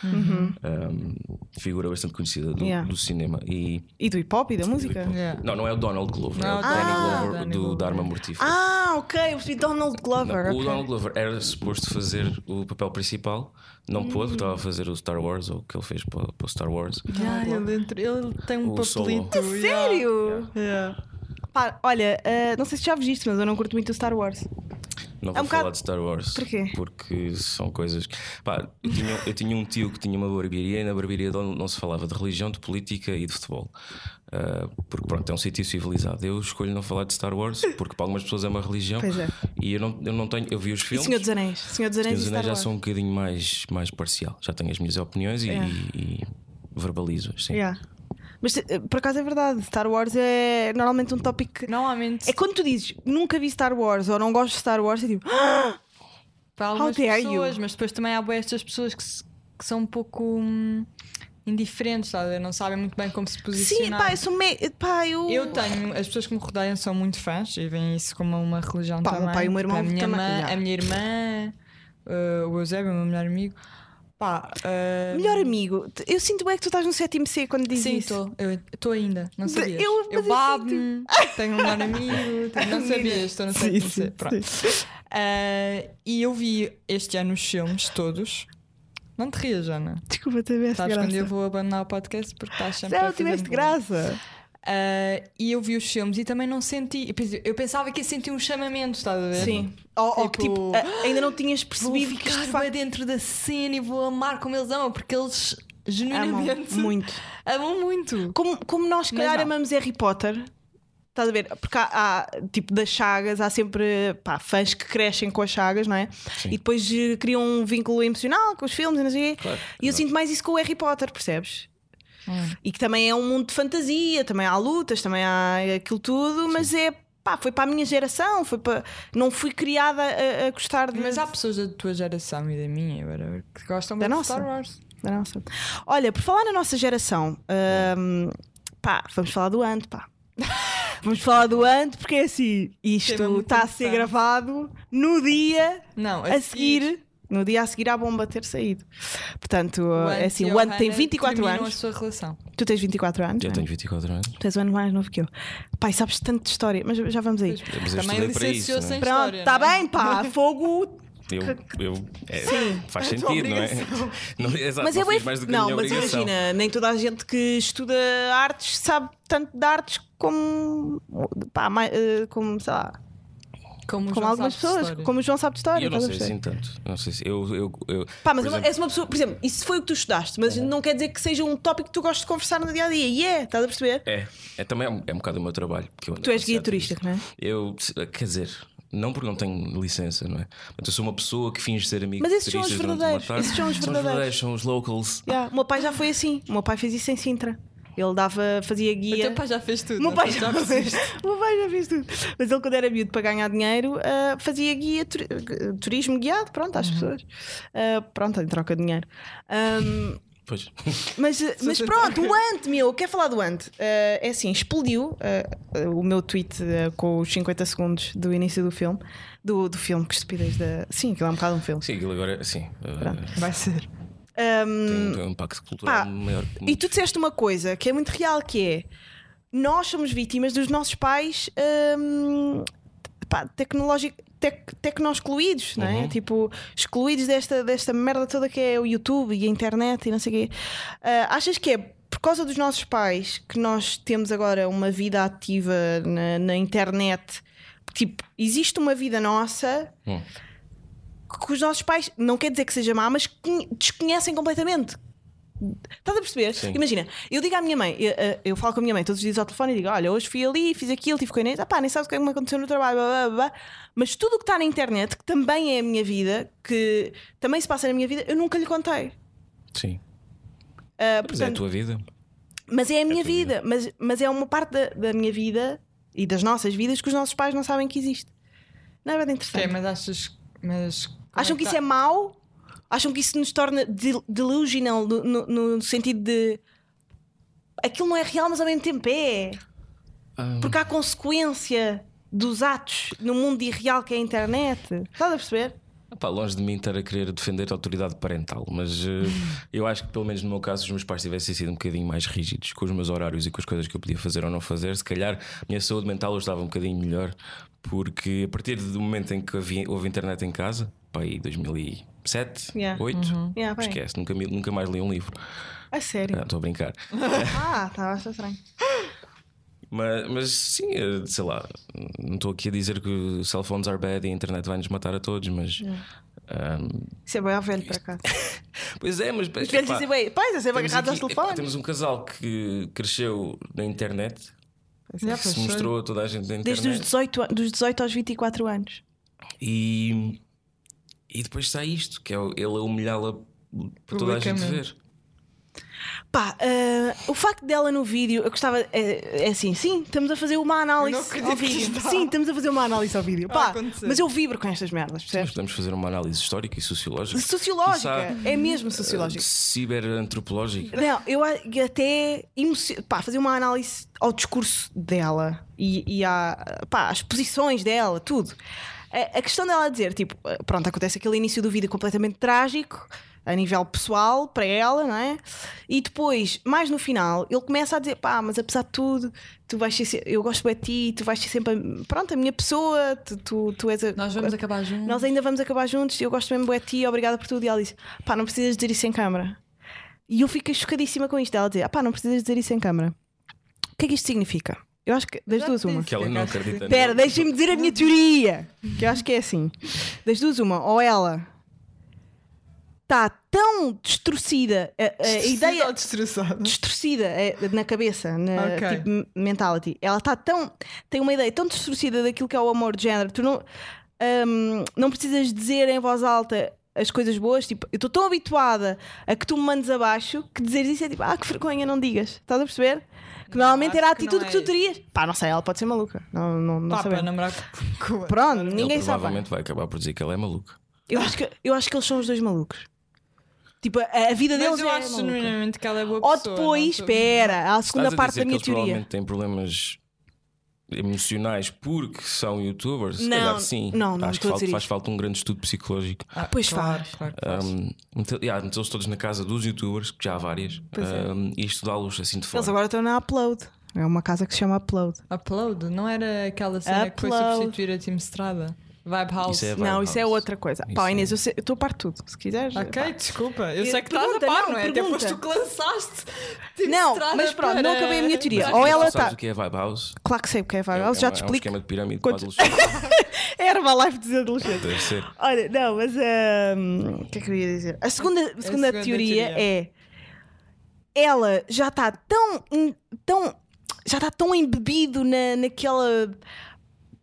[SPEAKER 4] ah, figura bastante conhecida do,
[SPEAKER 2] Uhum. Yeah.
[SPEAKER 4] do cinema. E,
[SPEAKER 2] E do hip hop e da música?
[SPEAKER 3] Yeah.
[SPEAKER 4] Não, não é o Donald Glover, é o
[SPEAKER 3] Não,
[SPEAKER 4] Danny
[SPEAKER 3] ah,
[SPEAKER 4] Glover
[SPEAKER 3] Danny
[SPEAKER 4] do
[SPEAKER 3] Glover.
[SPEAKER 4] Dharma Mortífero.
[SPEAKER 2] Ah, ok, eu percebi Donald
[SPEAKER 4] Não,
[SPEAKER 2] Glover.
[SPEAKER 4] O
[SPEAKER 2] ok.
[SPEAKER 4] Donald Glover era suposto fazer o papel principal, não
[SPEAKER 2] Hum.
[SPEAKER 4] pôde, estava a fazer o Star Wars, ou o que ele fez para, para o Star Wars.
[SPEAKER 3] [laughs] Yeah, ele, entra- ele tem um
[SPEAKER 4] O solo.
[SPEAKER 3] papelito.
[SPEAKER 2] É eh,
[SPEAKER 3] yeah.
[SPEAKER 2] Sério? Pá, olha, ah, não sei se já viste, mas eu não curto muito o Star Wars.
[SPEAKER 4] Não
[SPEAKER 2] É
[SPEAKER 4] vou
[SPEAKER 2] um
[SPEAKER 4] falar
[SPEAKER 2] bocado-
[SPEAKER 4] de Star Wars.
[SPEAKER 2] Porquê?
[SPEAKER 4] Porque são coisas. que- Pá, eu tinha, eu tinha um tio que tinha uma barbearia e na barbearia dele não se falava de religião, de política e de futebol. Ah, porque, pronto, é um sítio civilizado. Eu escolho não falar de Star Wars porque para algumas pessoas é uma religião.
[SPEAKER 2] Pois é.
[SPEAKER 4] E eu não, eu não tenho. Eu vi os
[SPEAKER 2] E
[SPEAKER 4] filmes.
[SPEAKER 2] Senhor dos Anéis? Senhor dos Anéis
[SPEAKER 4] Os
[SPEAKER 2] e
[SPEAKER 4] anéis
[SPEAKER 2] Star
[SPEAKER 4] já
[SPEAKER 2] Wars.
[SPEAKER 4] são um bocadinho mais, mais parcial. Já tenho as minhas opiniões e,
[SPEAKER 2] É.
[SPEAKER 4] e- e verbalizo-as. sim.
[SPEAKER 2] Yeah. Mas eh, por acaso é verdade, Star Wars é normalmente um tópico que.
[SPEAKER 3] Normalmente,
[SPEAKER 2] É quando tu dizes nunca vi Star Wars ou não gosto de Star Wars, é tipo, "Ah!"
[SPEAKER 3] para algumas
[SPEAKER 2] dare you?
[SPEAKER 3] pessoas, mas depois também há bué estas pessoas que, se- que são um pouco hum, indiferentes, sabe? não sabem muito bem como se posicionar.
[SPEAKER 2] sim, pá, eu sou me... pá, eu.
[SPEAKER 3] Eu tenho, as pessoas que me rodeiam são muito fãs e veem isso como uma religião
[SPEAKER 2] Pá, o meu
[SPEAKER 3] também. Tipo,
[SPEAKER 2] pai e o meu irmão
[SPEAKER 3] a minha
[SPEAKER 2] também,
[SPEAKER 3] mãe-
[SPEAKER 2] já.
[SPEAKER 3] a minha irmã, eh, o Eusébio, o meu melhor amigo. Pá, eh,
[SPEAKER 2] Melhor amigo, eu sinto bem que tu estás no sétimo C quando dizes
[SPEAKER 3] Sim,
[SPEAKER 2] isso.
[SPEAKER 3] estou. Eu estou ainda. Não sabias.
[SPEAKER 2] eu- mas eu
[SPEAKER 3] babo, tenho um
[SPEAKER 2] [laughs]
[SPEAKER 3] melhor amigo. tenho- Não
[SPEAKER 2] Amiga.
[SPEAKER 3] sabias, estou na sétima C. Pronto. Ah, e eu vi este ano os filmes todos. Não te rias, Ana.
[SPEAKER 2] Desculpa, tiveste
[SPEAKER 3] Sabes
[SPEAKER 2] graça.
[SPEAKER 3] quando eu vou abandonar o podcast porque estás sempre. a
[SPEAKER 2] Não,
[SPEAKER 3] fazer
[SPEAKER 2] tiveste
[SPEAKER 3] bullying.
[SPEAKER 2] graça.
[SPEAKER 3] Ah, e eu vi os filmes e também não senti. eu pensei- Eu pensava que ia sentir um chamamento, estás a ver?
[SPEAKER 2] Sim. Ou, ou que tipo,
[SPEAKER 3] Tipo,
[SPEAKER 2] a- ainda não tinhas
[SPEAKER 3] Vou
[SPEAKER 2] percebido que
[SPEAKER 3] ficar
[SPEAKER 2] isto de
[SPEAKER 3] bem
[SPEAKER 2] facto
[SPEAKER 3] dentro da cena e vou amar como eles amam, porque eles
[SPEAKER 2] amam
[SPEAKER 3] genuinamente [laughs]
[SPEAKER 2] muito.
[SPEAKER 3] amam muito.
[SPEAKER 2] Como, como nós, se
[SPEAKER 3] Mas
[SPEAKER 2] calhar,
[SPEAKER 3] não.
[SPEAKER 2] amamos Harry Potter, estás a ver? Porque há, há, tipo, das sagas, há sempre pá, fãs que crescem com as sagas, não é? E depois eh, criam um vínculo emocional com os filmes e não sei o quê.
[SPEAKER 4] Claro.
[SPEAKER 2] E eu
[SPEAKER 4] Não.
[SPEAKER 2] sinto mais isso com o Harry Potter, percebes?
[SPEAKER 3] Hum.
[SPEAKER 2] E que também é um mundo de fantasia, também há lutas, também há aquilo tudo, mas é. Pá, foi para a minha geração, foi para... não fui criada a, a gostar de.
[SPEAKER 3] Mas há pessoas da tua geração e da minha whatever, que gostam
[SPEAKER 2] Da
[SPEAKER 3] muito de
[SPEAKER 2] nossa.
[SPEAKER 3] Star Wars.
[SPEAKER 2] da nossa. Olha, por falar na nossa geração, hum, pá, vamos falar do Ant, pá. [laughs] Vamos falar do Ant, porque é assim,
[SPEAKER 3] Tema
[SPEAKER 2] isto
[SPEAKER 3] muito
[SPEAKER 2] está a ser
[SPEAKER 3] interessante.
[SPEAKER 2] gravado no dia
[SPEAKER 3] Não,
[SPEAKER 2] a seguir. No dia a seguir à bomba ter saído. Portanto, é assim, o Ant tem 24
[SPEAKER 3] A
[SPEAKER 2] anos.
[SPEAKER 3] sua relação.
[SPEAKER 2] Tu tens 24 anos.
[SPEAKER 4] Eu
[SPEAKER 2] não é?
[SPEAKER 4] tenho 24 anos.
[SPEAKER 2] Tu és um ano mais novo que eu. Pai, sabes tanto de história, mas já vamos aí.
[SPEAKER 4] Mas eu
[SPEAKER 3] Também
[SPEAKER 4] estudei para isso.
[SPEAKER 3] licenciou-se
[SPEAKER 4] não é?
[SPEAKER 3] em
[SPEAKER 2] Pronto,
[SPEAKER 3] história.
[SPEAKER 2] está
[SPEAKER 3] não é?
[SPEAKER 2] bem, pá, fogo.
[SPEAKER 4] Eu, eu, é, faz
[SPEAKER 3] é a tua
[SPEAKER 4] sentido, não é? [laughs] Não, exato,
[SPEAKER 2] Mas
[SPEAKER 4] Tá, não
[SPEAKER 2] é bué-
[SPEAKER 4] fiz mais do que a
[SPEAKER 2] Não,
[SPEAKER 4] minha
[SPEAKER 2] mas
[SPEAKER 4] obrigação.
[SPEAKER 2] imagina, nem toda a gente que estuda artes sabe tanto de artes como. pá, mais, eh, como, sei lá,
[SPEAKER 3] Como,
[SPEAKER 2] como
[SPEAKER 3] João
[SPEAKER 2] algumas
[SPEAKER 3] sabe de
[SPEAKER 2] pessoas,
[SPEAKER 3] história.
[SPEAKER 2] como o João sabe de história.
[SPEAKER 4] Eu não
[SPEAKER 2] estás a
[SPEAKER 4] sei
[SPEAKER 2] perceber?
[SPEAKER 4] assim tanto. Não sei se. Eu, eu, eu,
[SPEAKER 2] Pá, mas
[SPEAKER 4] por
[SPEAKER 2] uma-
[SPEAKER 4] exemplo, É.
[SPEAKER 2] és uma pessoa, por exemplo, isso foi o que tu estudaste, mas não quer dizer que seja um tópico que tu gostes de conversar no dia a dia. E é, estás a perceber?
[SPEAKER 4] é, é também é um, é um bocado o meu trabalho. porque eu ando
[SPEAKER 2] Tu
[SPEAKER 4] a
[SPEAKER 2] és guia
[SPEAKER 4] passear tudo isto.
[SPEAKER 2] turístico, não é?
[SPEAKER 4] Eu, quer dizer, não porque não tenho licença, não é? Mas eu sou uma pessoa que finge ser amigo
[SPEAKER 2] Mas
[SPEAKER 4] de
[SPEAKER 2] esses são os
[SPEAKER 4] turistas durante
[SPEAKER 2] verdadeiros,
[SPEAKER 4] uma tarde.
[SPEAKER 2] esses são os verdadeiros.
[SPEAKER 4] São os locals.
[SPEAKER 2] Yeah. O meu pai já foi assim. O meu pai fez isso em Sintra. Ele dava, fazia
[SPEAKER 3] O
[SPEAKER 2] guia.
[SPEAKER 3] teu pai já fez tudo.
[SPEAKER 2] O meu
[SPEAKER 3] não
[SPEAKER 2] pai
[SPEAKER 3] é?
[SPEAKER 2] já, fez, o meu pai já fez tudo. Mas ele, quando era miúdo para ganhar dinheiro, ah, fazia guia, tur- eh, turismo guiado, pronto, às pessoas. Ah, pronto, em troca de dinheiro. Ahm,
[SPEAKER 4] Pois. [laughs]
[SPEAKER 2] mas, mas
[SPEAKER 3] sem
[SPEAKER 2] pronto, o Ant, meu, quer falar do Ant? Ah, é assim, explodiu ah, ah, o meu tweet ah, com os 50 segundos do início do filme. Do, do filme, que estupidez da. Sim, aquilo é um bocado um filme.
[SPEAKER 4] Sim, aquilo agora, sim. eh,
[SPEAKER 3] Vai ser.
[SPEAKER 2] Ahm,
[SPEAKER 4] tem, tem um impacto
[SPEAKER 2] Pá,
[SPEAKER 4] cultural maior. que
[SPEAKER 2] E tu disseste uma coisa que é muito real, que é nós somos vítimas dos nossos pais hum, pá, tecnológico- tec- tecno-excluídos, não é?
[SPEAKER 4] Uhum.
[SPEAKER 2] Tipo, excluídos desta, desta merda toda que é o YouTube e a internet e não sei o quê. Ah, achas que é por causa dos nossos pais que nós temos agora uma vida ativa na, na internet? Tipo, existe uma vida nossa
[SPEAKER 4] Hum.
[SPEAKER 2] que os nossos pais, não quer dizer que seja má, mas conhe- desconhecem completamente. Estás a perceber?
[SPEAKER 4] Sim.
[SPEAKER 2] Imagina, eu digo à minha mãe, eu, eh, eu- eu falo com a minha mãe todos os dias ao telefone e digo: Olha, hoje fui ali, fiz aquilo, tive com a Inês, ah, pá, nem sabes o que é que me aconteceu no trabalho, blá, blá, blá. mas tudo o que está na internet, que também é a minha vida, que também se passa na minha vida, eu nunca lhe contei.
[SPEAKER 4] Sim.
[SPEAKER 2] Ah,
[SPEAKER 4] Mas é a
[SPEAKER 2] portanto,
[SPEAKER 4] tua vida.
[SPEAKER 2] mas é a minha
[SPEAKER 4] tua vida.
[SPEAKER 2] vida, mas, mas é uma parte da, da minha vida e das nossas vidas que os nossos pais não sabem que existe. Não é verdade interessante?
[SPEAKER 3] Ok, mas achas. Mas como
[SPEAKER 2] Acham que
[SPEAKER 3] tá-
[SPEAKER 2] isso é mau? Acham que isso nos torna de- delusional no, no- no sentido de aquilo não é real, mas ao mesmo tempo é.
[SPEAKER 4] Ah,
[SPEAKER 2] Porque há consequência dos atos no mundo irreal que é a internet. Estás a perceber?
[SPEAKER 4] Pá, longe de mim estar a querer defender a autoridade parental,
[SPEAKER 2] [laughs]
[SPEAKER 4] mas eh, eu acho que, pelo menos no meu caso, se os meus pais tivessem sido um bocadinho mais rígidos com os meus horários e com as coisas que eu podia fazer ou não fazer, se calhar a minha saúde mental hoje estava um bocadinho melhor, porque a partir do momento em que havia- houve internet em casa, pá, aí 2007,
[SPEAKER 2] Yeah. Uhum.
[SPEAKER 4] 8,
[SPEAKER 2] Yeah, bem.
[SPEAKER 3] é.
[SPEAKER 4] esquece, nunca, me- nunca mais li um livro.
[SPEAKER 2] A sério. [laughs]
[SPEAKER 3] É.
[SPEAKER 2] tá,
[SPEAKER 4] Ah, Estou a brincar.
[SPEAKER 2] é Ah, estava a achar estranho.
[SPEAKER 4] Mas, mas sim, eh, sei lá, não estou aqui a dizer que cell phones are bad e a internet vai nos matar a todos, mas. ahm,
[SPEAKER 2] Isso é bem ao velho, por acaso.
[SPEAKER 4] pois é, mas. pá,
[SPEAKER 2] Os velhos dizem, bem, pais, é sempre
[SPEAKER 4] temos
[SPEAKER 2] agarrado aos
[SPEAKER 4] aqui- epá,
[SPEAKER 2] telefones.
[SPEAKER 4] Temos um casal que cresceu na internet,
[SPEAKER 3] Já
[SPEAKER 4] que se
[SPEAKER 3] passou.
[SPEAKER 4] mostrou a toda a gente na internet.
[SPEAKER 2] Desde os 18, an- dos 18 aos 24 anos.
[SPEAKER 4] E, e depois sai isto, que é o- ele a humilhá-la para toda a gente
[SPEAKER 3] Publicamente.
[SPEAKER 4] ver.
[SPEAKER 2] Pá, ah, o facto dela no vídeo, eu gostava. É, é assim, sim, estamos a fazer uma análise
[SPEAKER 3] Eu não acredito
[SPEAKER 2] ao
[SPEAKER 3] que
[SPEAKER 2] vídeo.
[SPEAKER 3] está.
[SPEAKER 2] Sim, estamos a fazer uma análise ao vídeo.
[SPEAKER 3] A
[SPEAKER 2] Pá,
[SPEAKER 3] acontecer.
[SPEAKER 2] mas eu vibro com estas merdas,
[SPEAKER 4] Nós
[SPEAKER 2] percebes?
[SPEAKER 4] podemos fazer uma análise histórica e sociológica.
[SPEAKER 2] Sociológica,
[SPEAKER 4] Quiçá,
[SPEAKER 2] é
[SPEAKER 3] Eh,
[SPEAKER 2] mesmo sociológica.
[SPEAKER 4] Ciberantropológica.
[SPEAKER 2] Não, eu a- que até emocio- pá, fazer uma análise ao discurso dela e, e à, pá, às posições dela, tudo. A, a questão dela dizer, tipo, eh, pronto, acontece aquele início do vídeo completamente trágico a nível pessoal para ela, não é? E depois, mais no final, ele começa a dizer, pá, mas apesar de tudo, tu vais ser, se- eu gosto bem de ti, tu vais ser sempre, a- pronto, a minha pessoa, tu, tu, tu és a,
[SPEAKER 3] Nós vamos acabar juntos.
[SPEAKER 2] nós ainda vamos acabar juntos, eu gosto mesmo bué de ti, obrigada por tudo. E ela disse: pá, não precisas dizer isso em câmara. E eu fiquei chocadíssima com isto. Ela dizia: pá, não precisas dizer isso em câmara. O que é que isto significa? Eu acho que das
[SPEAKER 3] Já
[SPEAKER 2] duas,
[SPEAKER 3] te
[SPEAKER 2] uma.
[SPEAKER 3] disse.
[SPEAKER 4] Que ela não acredita
[SPEAKER 2] Espera, deixem-me dizer a minha teoria. Que eu acho que é assim: das duas, uma, ou ela está tão destruída, a- a,
[SPEAKER 3] Destruída
[SPEAKER 2] É, ideia
[SPEAKER 3] ou destroçada?
[SPEAKER 2] distorcida eh, na cabeça, na
[SPEAKER 3] Ok.
[SPEAKER 2] tipo, m- mentality. Ela está tão. tem uma ideia tão distorcida daquilo que é o amor de género. Tu não, ahm, não precisas dizer em voz alta as coisas boas. Tipo, eu estou tão habituada a que tu me mandes abaixo que dizer isso é tipo, ah, que vergonha, não digas. Estás a perceber? Que normalmente
[SPEAKER 3] acho
[SPEAKER 2] era a
[SPEAKER 3] que
[SPEAKER 2] atitude
[SPEAKER 3] não
[SPEAKER 2] que,
[SPEAKER 3] é
[SPEAKER 2] tu terias. Pá, não sei, ela pode ser maluca. Não, não, não
[SPEAKER 3] Pá, para
[SPEAKER 2] sabemos.
[SPEAKER 3] namorar com- com outra.
[SPEAKER 2] Pronto,
[SPEAKER 4] Ele
[SPEAKER 2] ninguém sabe.
[SPEAKER 4] provavelmente vai acabar por dizer que ela é maluca.
[SPEAKER 2] Eu acho, que, eu acho que eles são os dois malucos. Tipo, a, a vida
[SPEAKER 3] Mas
[SPEAKER 2] deles
[SPEAKER 3] eu
[SPEAKER 2] é
[SPEAKER 3] acho
[SPEAKER 2] maluca.
[SPEAKER 3] genuinamente que ela é boa
[SPEAKER 2] Ou
[SPEAKER 3] pessoa.
[SPEAKER 2] depois,
[SPEAKER 3] não tô-
[SPEAKER 2] espera, há a
[SPEAKER 4] Estás
[SPEAKER 2] segunda
[SPEAKER 4] a
[SPEAKER 2] parte
[SPEAKER 4] dizer
[SPEAKER 2] da
[SPEAKER 4] que
[SPEAKER 2] minha
[SPEAKER 4] eles
[SPEAKER 2] teoria.
[SPEAKER 4] provavelmente têm problemas emocionais porque são youtubers? Se
[SPEAKER 2] Não,
[SPEAKER 4] calhar sim.
[SPEAKER 2] não, não
[SPEAKER 4] Acho que
[SPEAKER 2] estou a
[SPEAKER 4] falta-
[SPEAKER 2] dizer
[SPEAKER 4] faz
[SPEAKER 2] isso.
[SPEAKER 4] falta um grande estudo psicológico.
[SPEAKER 3] Ah,
[SPEAKER 2] Pois
[SPEAKER 3] claro,
[SPEAKER 2] faz.
[SPEAKER 3] claro que faz.
[SPEAKER 4] Um, mete- yeah, Metê-los todos na casa dos youtubers, que já há várias, um, e estudá-los assim de fora.
[SPEAKER 2] é. Eles agora estão na Upload. É uma casa que se chama Upload.
[SPEAKER 3] Upload, não era aquela cena que foi
[SPEAKER 2] Upload.
[SPEAKER 3] substituir a Tim Estrada? Vibe House.
[SPEAKER 4] Isso é Vibe
[SPEAKER 2] não, isso é
[SPEAKER 4] House.
[SPEAKER 2] outra coisa.
[SPEAKER 4] Isso
[SPEAKER 2] Pá, Inês,
[SPEAKER 4] é-
[SPEAKER 2] eu sei- eu estou a par de tudo. Se quiseres.
[SPEAKER 3] Ok,
[SPEAKER 2] pá.
[SPEAKER 3] desculpa. Eu
[SPEAKER 2] E-
[SPEAKER 3] sei que estás a
[SPEAKER 2] pergunta,
[SPEAKER 3] par,
[SPEAKER 2] não,
[SPEAKER 3] não, é? Até
[SPEAKER 2] pergunta.
[SPEAKER 3] foste tu que lançaste. Tim
[SPEAKER 2] Não,
[SPEAKER 3] Estrada
[SPEAKER 2] mas pronto,
[SPEAKER 3] para-
[SPEAKER 2] não acabei a minha teoria.
[SPEAKER 4] Mas
[SPEAKER 2] Ou
[SPEAKER 4] tu
[SPEAKER 2] ela
[SPEAKER 4] sabes
[SPEAKER 2] tá-
[SPEAKER 4] o que é Vibe House?
[SPEAKER 2] Claro que sei o que é Vibe
[SPEAKER 4] É um-
[SPEAKER 2] House, já
[SPEAKER 4] é
[SPEAKER 2] te
[SPEAKER 4] um- É um
[SPEAKER 2] explico.
[SPEAKER 4] esquema de pirâmide
[SPEAKER 2] Quanto-
[SPEAKER 4] para
[SPEAKER 2] [laughs]
[SPEAKER 4] adolescentes.
[SPEAKER 2] Era uma live dos adolescentes.
[SPEAKER 4] Deve ser.
[SPEAKER 2] Olha, não, mas. hum, O que é que eu ia dizer? A segunda, a segunda
[SPEAKER 3] segunda
[SPEAKER 2] teoria,
[SPEAKER 3] teoria.
[SPEAKER 2] é. Ela já está tão. em- tão já está tão embebido na, naquela.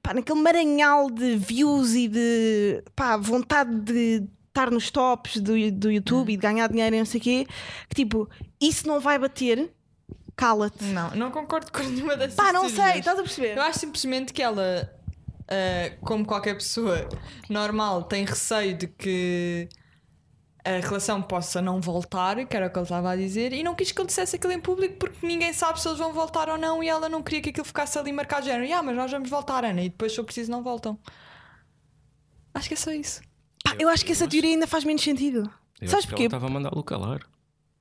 [SPEAKER 2] pá, naquele maranhal de views e de. pá, vontade de estar nos tops do, do YouTube e de ganhar dinheiro e não sei o quê, que tipo, isso não vai bater, cala-te.
[SPEAKER 3] Não, não concordo com nenhuma dessas
[SPEAKER 2] Pá, não
[SPEAKER 3] teorias.
[SPEAKER 2] sei, estás a perceber?
[SPEAKER 3] Eu acho simplesmente que ela, ah, como qualquer pessoa normal, tem receio de que a relação possa não voltar, que era o que ele estava a dizer, e não quis que ele dissesse aquilo em público porque ninguém sabe se eles vão voltar ou não, e ela não queria que aquilo ficasse ali marcado de género. Ah, mas nós vamos voltar, Ana, e depois, se eu preciso, não voltam. Acho que é só isso.
[SPEAKER 2] Pá, eu acho que essa teoria ainda faz menos sentido.
[SPEAKER 4] Eu
[SPEAKER 2] Sabes
[SPEAKER 4] acho que ela
[SPEAKER 2] porquê?
[SPEAKER 4] estava a mandá-lo calar.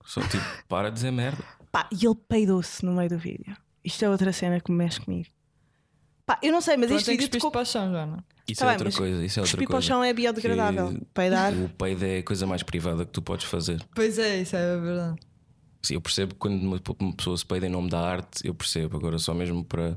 [SPEAKER 4] Só tipo, para de dizer merda.
[SPEAKER 2] Pá, e ele peidou-se no meio do vídeo. Isto é outra cena que mexe comigo. Pá, eu não sei, mas
[SPEAKER 3] Mas
[SPEAKER 2] este
[SPEAKER 3] isto
[SPEAKER 2] vídeo
[SPEAKER 3] cuspiste
[SPEAKER 2] ficou.
[SPEAKER 3] para o chão, Joana.
[SPEAKER 4] Isso
[SPEAKER 2] Tá
[SPEAKER 4] é
[SPEAKER 2] bem,
[SPEAKER 4] outra
[SPEAKER 2] mas
[SPEAKER 4] coisa. Isso é outra
[SPEAKER 2] Cuspir
[SPEAKER 4] coisa.
[SPEAKER 2] para o chão é biodegradável.
[SPEAKER 4] Que-
[SPEAKER 2] Peidar.
[SPEAKER 4] O peido é a coisa mais privada que tu podes fazer.
[SPEAKER 3] Pois é, isso é verdade.
[SPEAKER 4] Sim, eu percebo que quando uma, uma pessoa se peida em nome da arte, eu percebo. Agora só mesmo para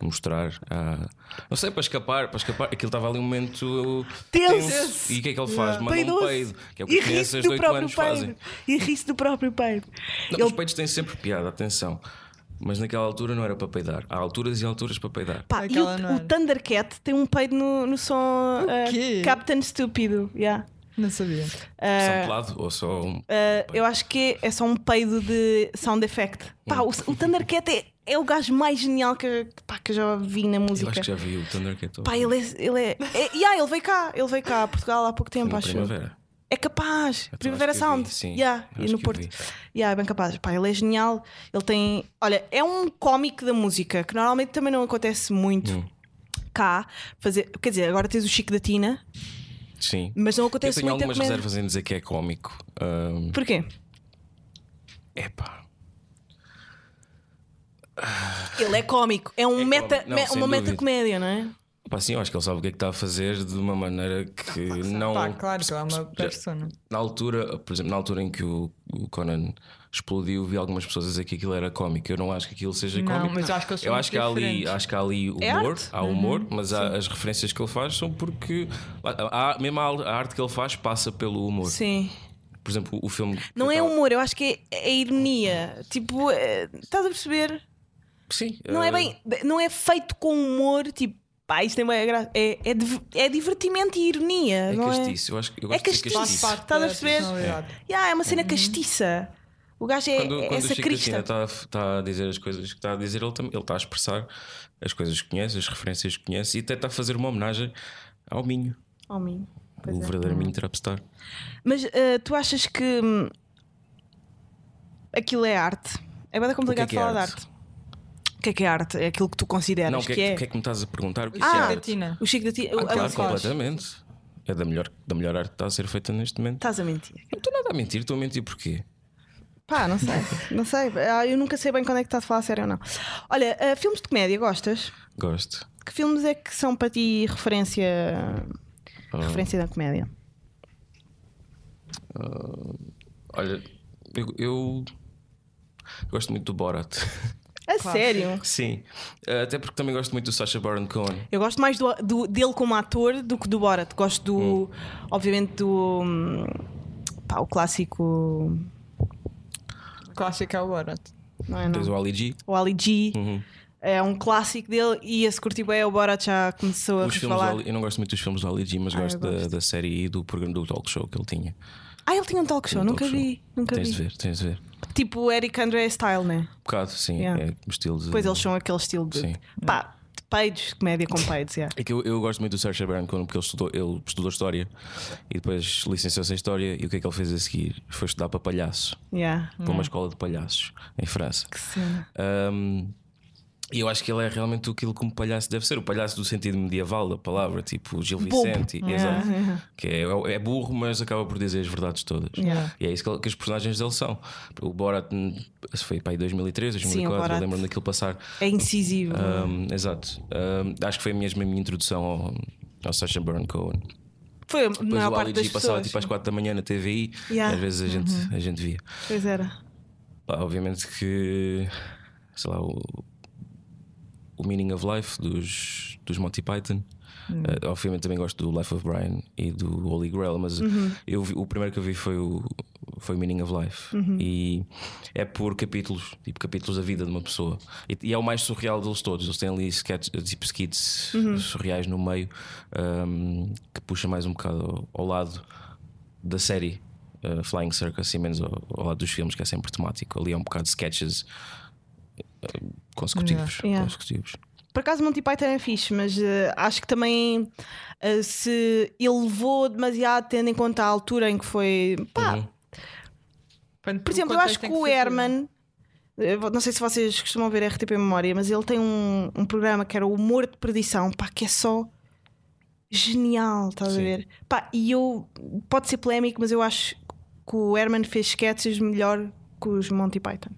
[SPEAKER 4] mostrar a... Não sei, para escapar, para escapar. Aquilo estava ali um momento
[SPEAKER 2] Tenso.
[SPEAKER 4] E o que é que ele faz? Manda um
[SPEAKER 2] Peidou-se.
[SPEAKER 4] peido. Que é o que
[SPEAKER 2] E
[SPEAKER 4] as
[SPEAKER 2] ri-se
[SPEAKER 4] crianças
[SPEAKER 2] do
[SPEAKER 4] de 8
[SPEAKER 2] próprio
[SPEAKER 4] anos
[SPEAKER 2] peido.
[SPEAKER 4] fazem.
[SPEAKER 2] E ri-se do próprio peido.
[SPEAKER 4] Não, Os peidos têm sempre piada, atenção. Mas naquela altura não era para peidar. Há alturas e alturas para peidar.
[SPEAKER 2] Pá, e o,
[SPEAKER 3] Aquela não
[SPEAKER 2] o
[SPEAKER 3] era.
[SPEAKER 2] Thundercat tem um peido no, no som eh,
[SPEAKER 3] quê?
[SPEAKER 2] Captain Estúpido. Yeah.
[SPEAKER 3] Não sabia.
[SPEAKER 4] São pelado ou só um.
[SPEAKER 2] Eh, eu acho que é só um peido de sound effect.
[SPEAKER 4] Hum,
[SPEAKER 2] Pá, o, o Thundercat é, é o gajo mais genial que, pá, que eu já vi na música.
[SPEAKER 4] Eu acho que já vi o Thundercat.
[SPEAKER 2] Pá, ele é. Ele, é, é- yeah, ele veio cá, ele veio cá a Portugal há pouco tempo,
[SPEAKER 4] na
[SPEAKER 2] acho. eu.
[SPEAKER 4] primavera.
[SPEAKER 2] É capaz.
[SPEAKER 4] Então,
[SPEAKER 2] Primavera
[SPEAKER 4] acho que eu
[SPEAKER 2] Sound.
[SPEAKER 4] vi, sim.
[SPEAKER 2] Yeah,
[SPEAKER 4] Eu
[SPEAKER 2] e
[SPEAKER 4] acho
[SPEAKER 2] no
[SPEAKER 4] que eu
[SPEAKER 2] Porto.
[SPEAKER 4] vi.
[SPEAKER 2] Yeah, é bem capaz. Pá, ele é genial. Ele tem. Olha, é um cómico da música que normalmente também não acontece muito
[SPEAKER 4] Hum.
[SPEAKER 2] cá. Fazer... Quer dizer, agora tens o Chico da Tina,
[SPEAKER 4] Sim.
[SPEAKER 2] mas não
[SPEAKER 4] Eu
[SPEAKER 2] acontece
[SPEAKER 4] tenho
[SPEAKER 2] muito a
[SPEAKER 4] algumas
[SPEAKER 2] comédia.
[SPEAKER 4] reservas em dizer que é cómico. Ahm,
[SPEAKER 2] Porquê?
[SPEAKER 4] epá.
[SPEAKER 2] Ele é cómico. É, um
[SPEAKER 4] É
[SPEAKER 2] meta,
[SPEAKER 4] cómico, não,
[SPEAKER 2] me-
[SPEAKER 4] sem
[SPEAKER 2] um uma
[SPEAKER 4] dúvida.
[SPEAKER 2] meta comédia, não é?
[SPEAKER 4] Pá, sim, eu acho que ele sabe o que é que está a fazer de uma maneira que não.
[SPEAKER 3] Pá, claro, ele é uma persona.
[SPEAKER 4] Na altura, por exemplo, na altura em que o, o Conan explodiu, vi algumas pessoas a dizer que aquilo era cómico. Eu não acho que aquilo seja
[SPEAKER 3] Não,
[SPEAKER 4] cómico.
[SPEAKER 3] mas eu acho que eles são
[SPEAKER 4] eu acho que, há ali,
[SPEAKER 3] diferentes.
[SPEAKER 4] acho que há ali
[SPEAKER 2] É
[SPEAKER 4] humor,
[SPEAKER 2] arte.
[SPEAKER 4] há humor, mas há- as referências que ele faz são porque. Há, há- mesmo a, a arte que ele faz passa pelo humor.
[SPEAKER 2] Sim.
[SPEAKER 4] Por exemplo, o filme. que
[SPEAKER 2] Não
[SPEAKER 4] eu
[SPEAKER 2] é
[SPEAKER 4] tava-
[SPEAKER 2] humor, eu acho que é, é ironia. Tipo, é, estás a perceber?
[SPEAKER 4] Sim.
[SPEAKER 2] Não é
[SPEAKER 4] eh,
[SPEAKER 2] bem. Não é feito com humor, tipo, pá, isto tem uma graça. É, é, div- é divertimento e ironia.
[SPEAKER 4] É
[SPEAKER 2] não é?
[SPEAKER 4] castiço. Eu acho que eu gosto de dizer
[SPEAKER 2] castiço.
[SPEAKER 3] Faz
[SPEAKER 4] castiço.
[SPEAKER 3] parte
[SPEAKER 2] Estás a
[SPEAKER 3] da
[SPEAKER 2] perceber?
[SPEAKER 3] personalidade.
[SPEAKER 2] Yeah, é uma cena castiça. O gajo é,
[SPEAKER 4] Uhum. Quando,
[SPEAKER 2] é
[SPEAKER 4] quando o
[SPEAKER 2] essa
[SPEAKER 4] Chico assim, Cristina
[SPEAKER 2] crista.
[SPEAKER 4] está a dizer as coisas que está a dizer, ele, tam- ele está a expressar as coisas que conhece, as referências que conhece e até está a fazer uma homenagem ao Minho,
[SPEAKER 2] Oh, minho. Pois
[SPEAKER 4] o
[SPEAKER 2] é.
[SPEAKER 4] verdadeiro Minho Trapstar.
[SPEAKER 2] Mas ah, tu achas que hum, aquilo é arte? É bem complicado
[SPEAKER 4] O que é que é
[SPEAKER 2] falar
[SPEAKER 4] arte?
[SPEAKER 2] de arte. O que é que é arte? É aquilo que tu consideras
[SPEAKER 4] Não, o que,
[SPEAKER 2] que,
[SPEAKER 4] é, que- o que é que me estás a perguntar? O que é que é
[SPEAKER 3] Ah,
[SPEAKER 4] arte?
[SPEAKER 3] Tina.
[SPEAKER 2] O Chico da Tina.
[SPEAKER 4] Ah,
[SPEAKER 2] o-
[SPEAKER 4] claro,
[SPEAKER 2] a-
[SPEAKER 4] completamente. É da melhor, da melhor arte que está a ser feita neste momento.
[SPEAKER 2] Estás a mentir.
[SPEAKER 4] Não estou nada a mentir, estou a mentir porquê?
[SPEAKER 2] Pá, não sei. não sei. Ah, Eu nunca sei bem quando é que estás a falar a sério ou não. Olha, ah, filmes de comédia, gostas?
[SPEAKER 4] Gosto.
[SPEAKER 2] Que filmes é que são para ti referência,
[SPEAKER 4] Ah,
[SPEAKER 2] referência da comédia?
[SPEAKER 4] olha, eu, eu gosto muito do Borat. [laughs]
[SPEAKER 2] A
[SPEAKER 3] Claro.
[SPEAKER 2] sério?
[SPEAKER 4] Sim. Ah, Até porque também gosto muito do Sacha Baron Cohen.
[SPEAKER 2] Eu gosto mais do, do- dele como ator do que do Borat. Gosto do.
[SPEAKER 4] Hum.
[SPEAKER 2] Obviamente do. hum, Pá, o clássico.
[SPEAKER 3] Clássico é o Borat.
[SPEAKER 2] Não é?
[SPEAKER 4] Tens
[SPEAKER 2] Não.
[SPEAKER 4] o Ali G.
[SPEAKER 2] O Ali G.
[SPEAKER 4] Uhum.
[SPEAKER 2] É um clássico dele e esse curti bem. O Borat já começou a
[SPEAKER 4] Os filmes do
[SPEAKER 2] falar.
[SPEAKER 4] Ali- eu não gosto muito dos filmes do Ali G, mas
[SPEAKER 2] Ah, eu
[SPEAKER 4] gosto, da-
[SPEAKER 2] gosto.
[SPEAKER 4] Da, série e do programa do talk show que ele tinha.
[SPEAKER 2] Ah, ele tinha um talk show,
[SPEAKER 4] Um
[SPEAKER 2] nunca
[SPEAKER 4] talk
[SPEAKER 2] vi.
[SPEAKER 4] show.
[SPEAKER 2] Nunca
[SPEAKER 4] tens
[SPEAKER 2] vi.
[SPEAKER 4] de ver, tens de ver. Um
[SPEAKER 2] Tipo o Eric André style, né?
[SPEAKER 4] bocado, sim.
[SPEAKER 2] Yeah.
[SPEAKER 4] É o estilo de.
[SPEAKER 2] Pois eles são aquele estilo de.
[SPEAKER 4] Sim.
[SPEAKER 2] Pá, de peidos, comédia com peidos, yeah.
[SPEAKER 4] É que eu, eu gosto muito do Sacha Baron Cohen porque ele estudou, ele estudou História e depois licenciou-se em História. E o que é que ele fez a seguir? Foi estudar para palhaço,
[SPEAKER 2] yeah.
[SPEAKER 4] para uma escola de palhaços em França.
[SPEAKER 2] Que cena.
[SPEAKER 4] Ahm, e eu acho que ele é realmente aquilo que um palhaço deve ser, o palhaço do sentido medieval da palavra, tipo Gil
[SPEAKER 2] Bobo.
[SPEAKER 4] Vicente,
[SPEAKER 2] Yeah,
[SPEAKER 4] exato.
[SPEAKER 2] yeah.
[SPEAKER 4] que é, é burro, mas acaba por dizer as verdades todas.
[SPEAKER 2] Yeah.
[SPEAKER 4] E é isso que, ele- que os personagens dele são. O Borat hum, isso foi para aí 2003,
[SPEAKER 2] o
[SPEAKER 4] 2004,
[SPEAKER 2] Borat.
[SPEAKER 4] eu lembro-me daquilo passar.
[SPEAKER 2] É incisivo.
[SPEAKER 4] Ahm, exato. Ahm, acho que foi mesmo a minha introdução ao, ao Sacha Baron Cohen.
[SPEAKER 2] Foi a
[SPEAKER 4] Depois
[SPEAKER 2] maior
[SPEAKER 4] o
[SPEAKER 2] parte
[SPEAKER 4] Ali
[SPEAKER 2] das
[SPEAKER 4] G passava
[SPEAKER 2] pessoas.
[SPEAKER 4] tipo às 4 da manhã na TVI,
[SPEAKER 2] Yeah. Uhum.
[SPEAKER 4] às vezes a gente, a gente via.
[SPEAKER 2] Pois era.
[SPEAKER 4] Pá, obviamente que sei lá, o, o Meaning of Life dos, dos Monty Python. Eh, obviamente também gosto do Life of Brian e do Holy Grail, mas eu vi- o primeiro que eu vi foi o, foi o Meaning of Life. E é por capítulos, tipo capítulos da vida de uma pessoa. E, e é o mais surreal deles todos. Eles têm ali sketch, eh, tipo skits surreais no meio ahm, que puxa mais um bocado ao- ao lado da série uh, Flying Circus, e menos ao, ao lado dos filmes, que é sempre temático. Ali é um bocado de sketches uh, consecutivos.
[SPEAKER 2] Yeah.
[SPEAKER 4] consecutivos.
[SPEAKER 2] Por acaso Monty Python é fixe, mas eh, acho que também eh, se elevou demasiado tendo em conta a altura em que foi. Pá,
[SPEAKER 4] Uhum.
[SPEAKER 2] Por exemplo,
[SPEAKER 3] é
[SPEAKER 2] eu acho que o Herman, eh, vo- não sei se vocês costumam ver RTP Memória, mas ele tem um, um programa que era o Humor de Perdição, pá, que é só genial, estás a
[SPEAKER 4] Sim.
[SPEAKER 2] ver? Pá, e eu, pode ser polémico, mas eu acho que o Herman fez sketches melhor que os Monty Python.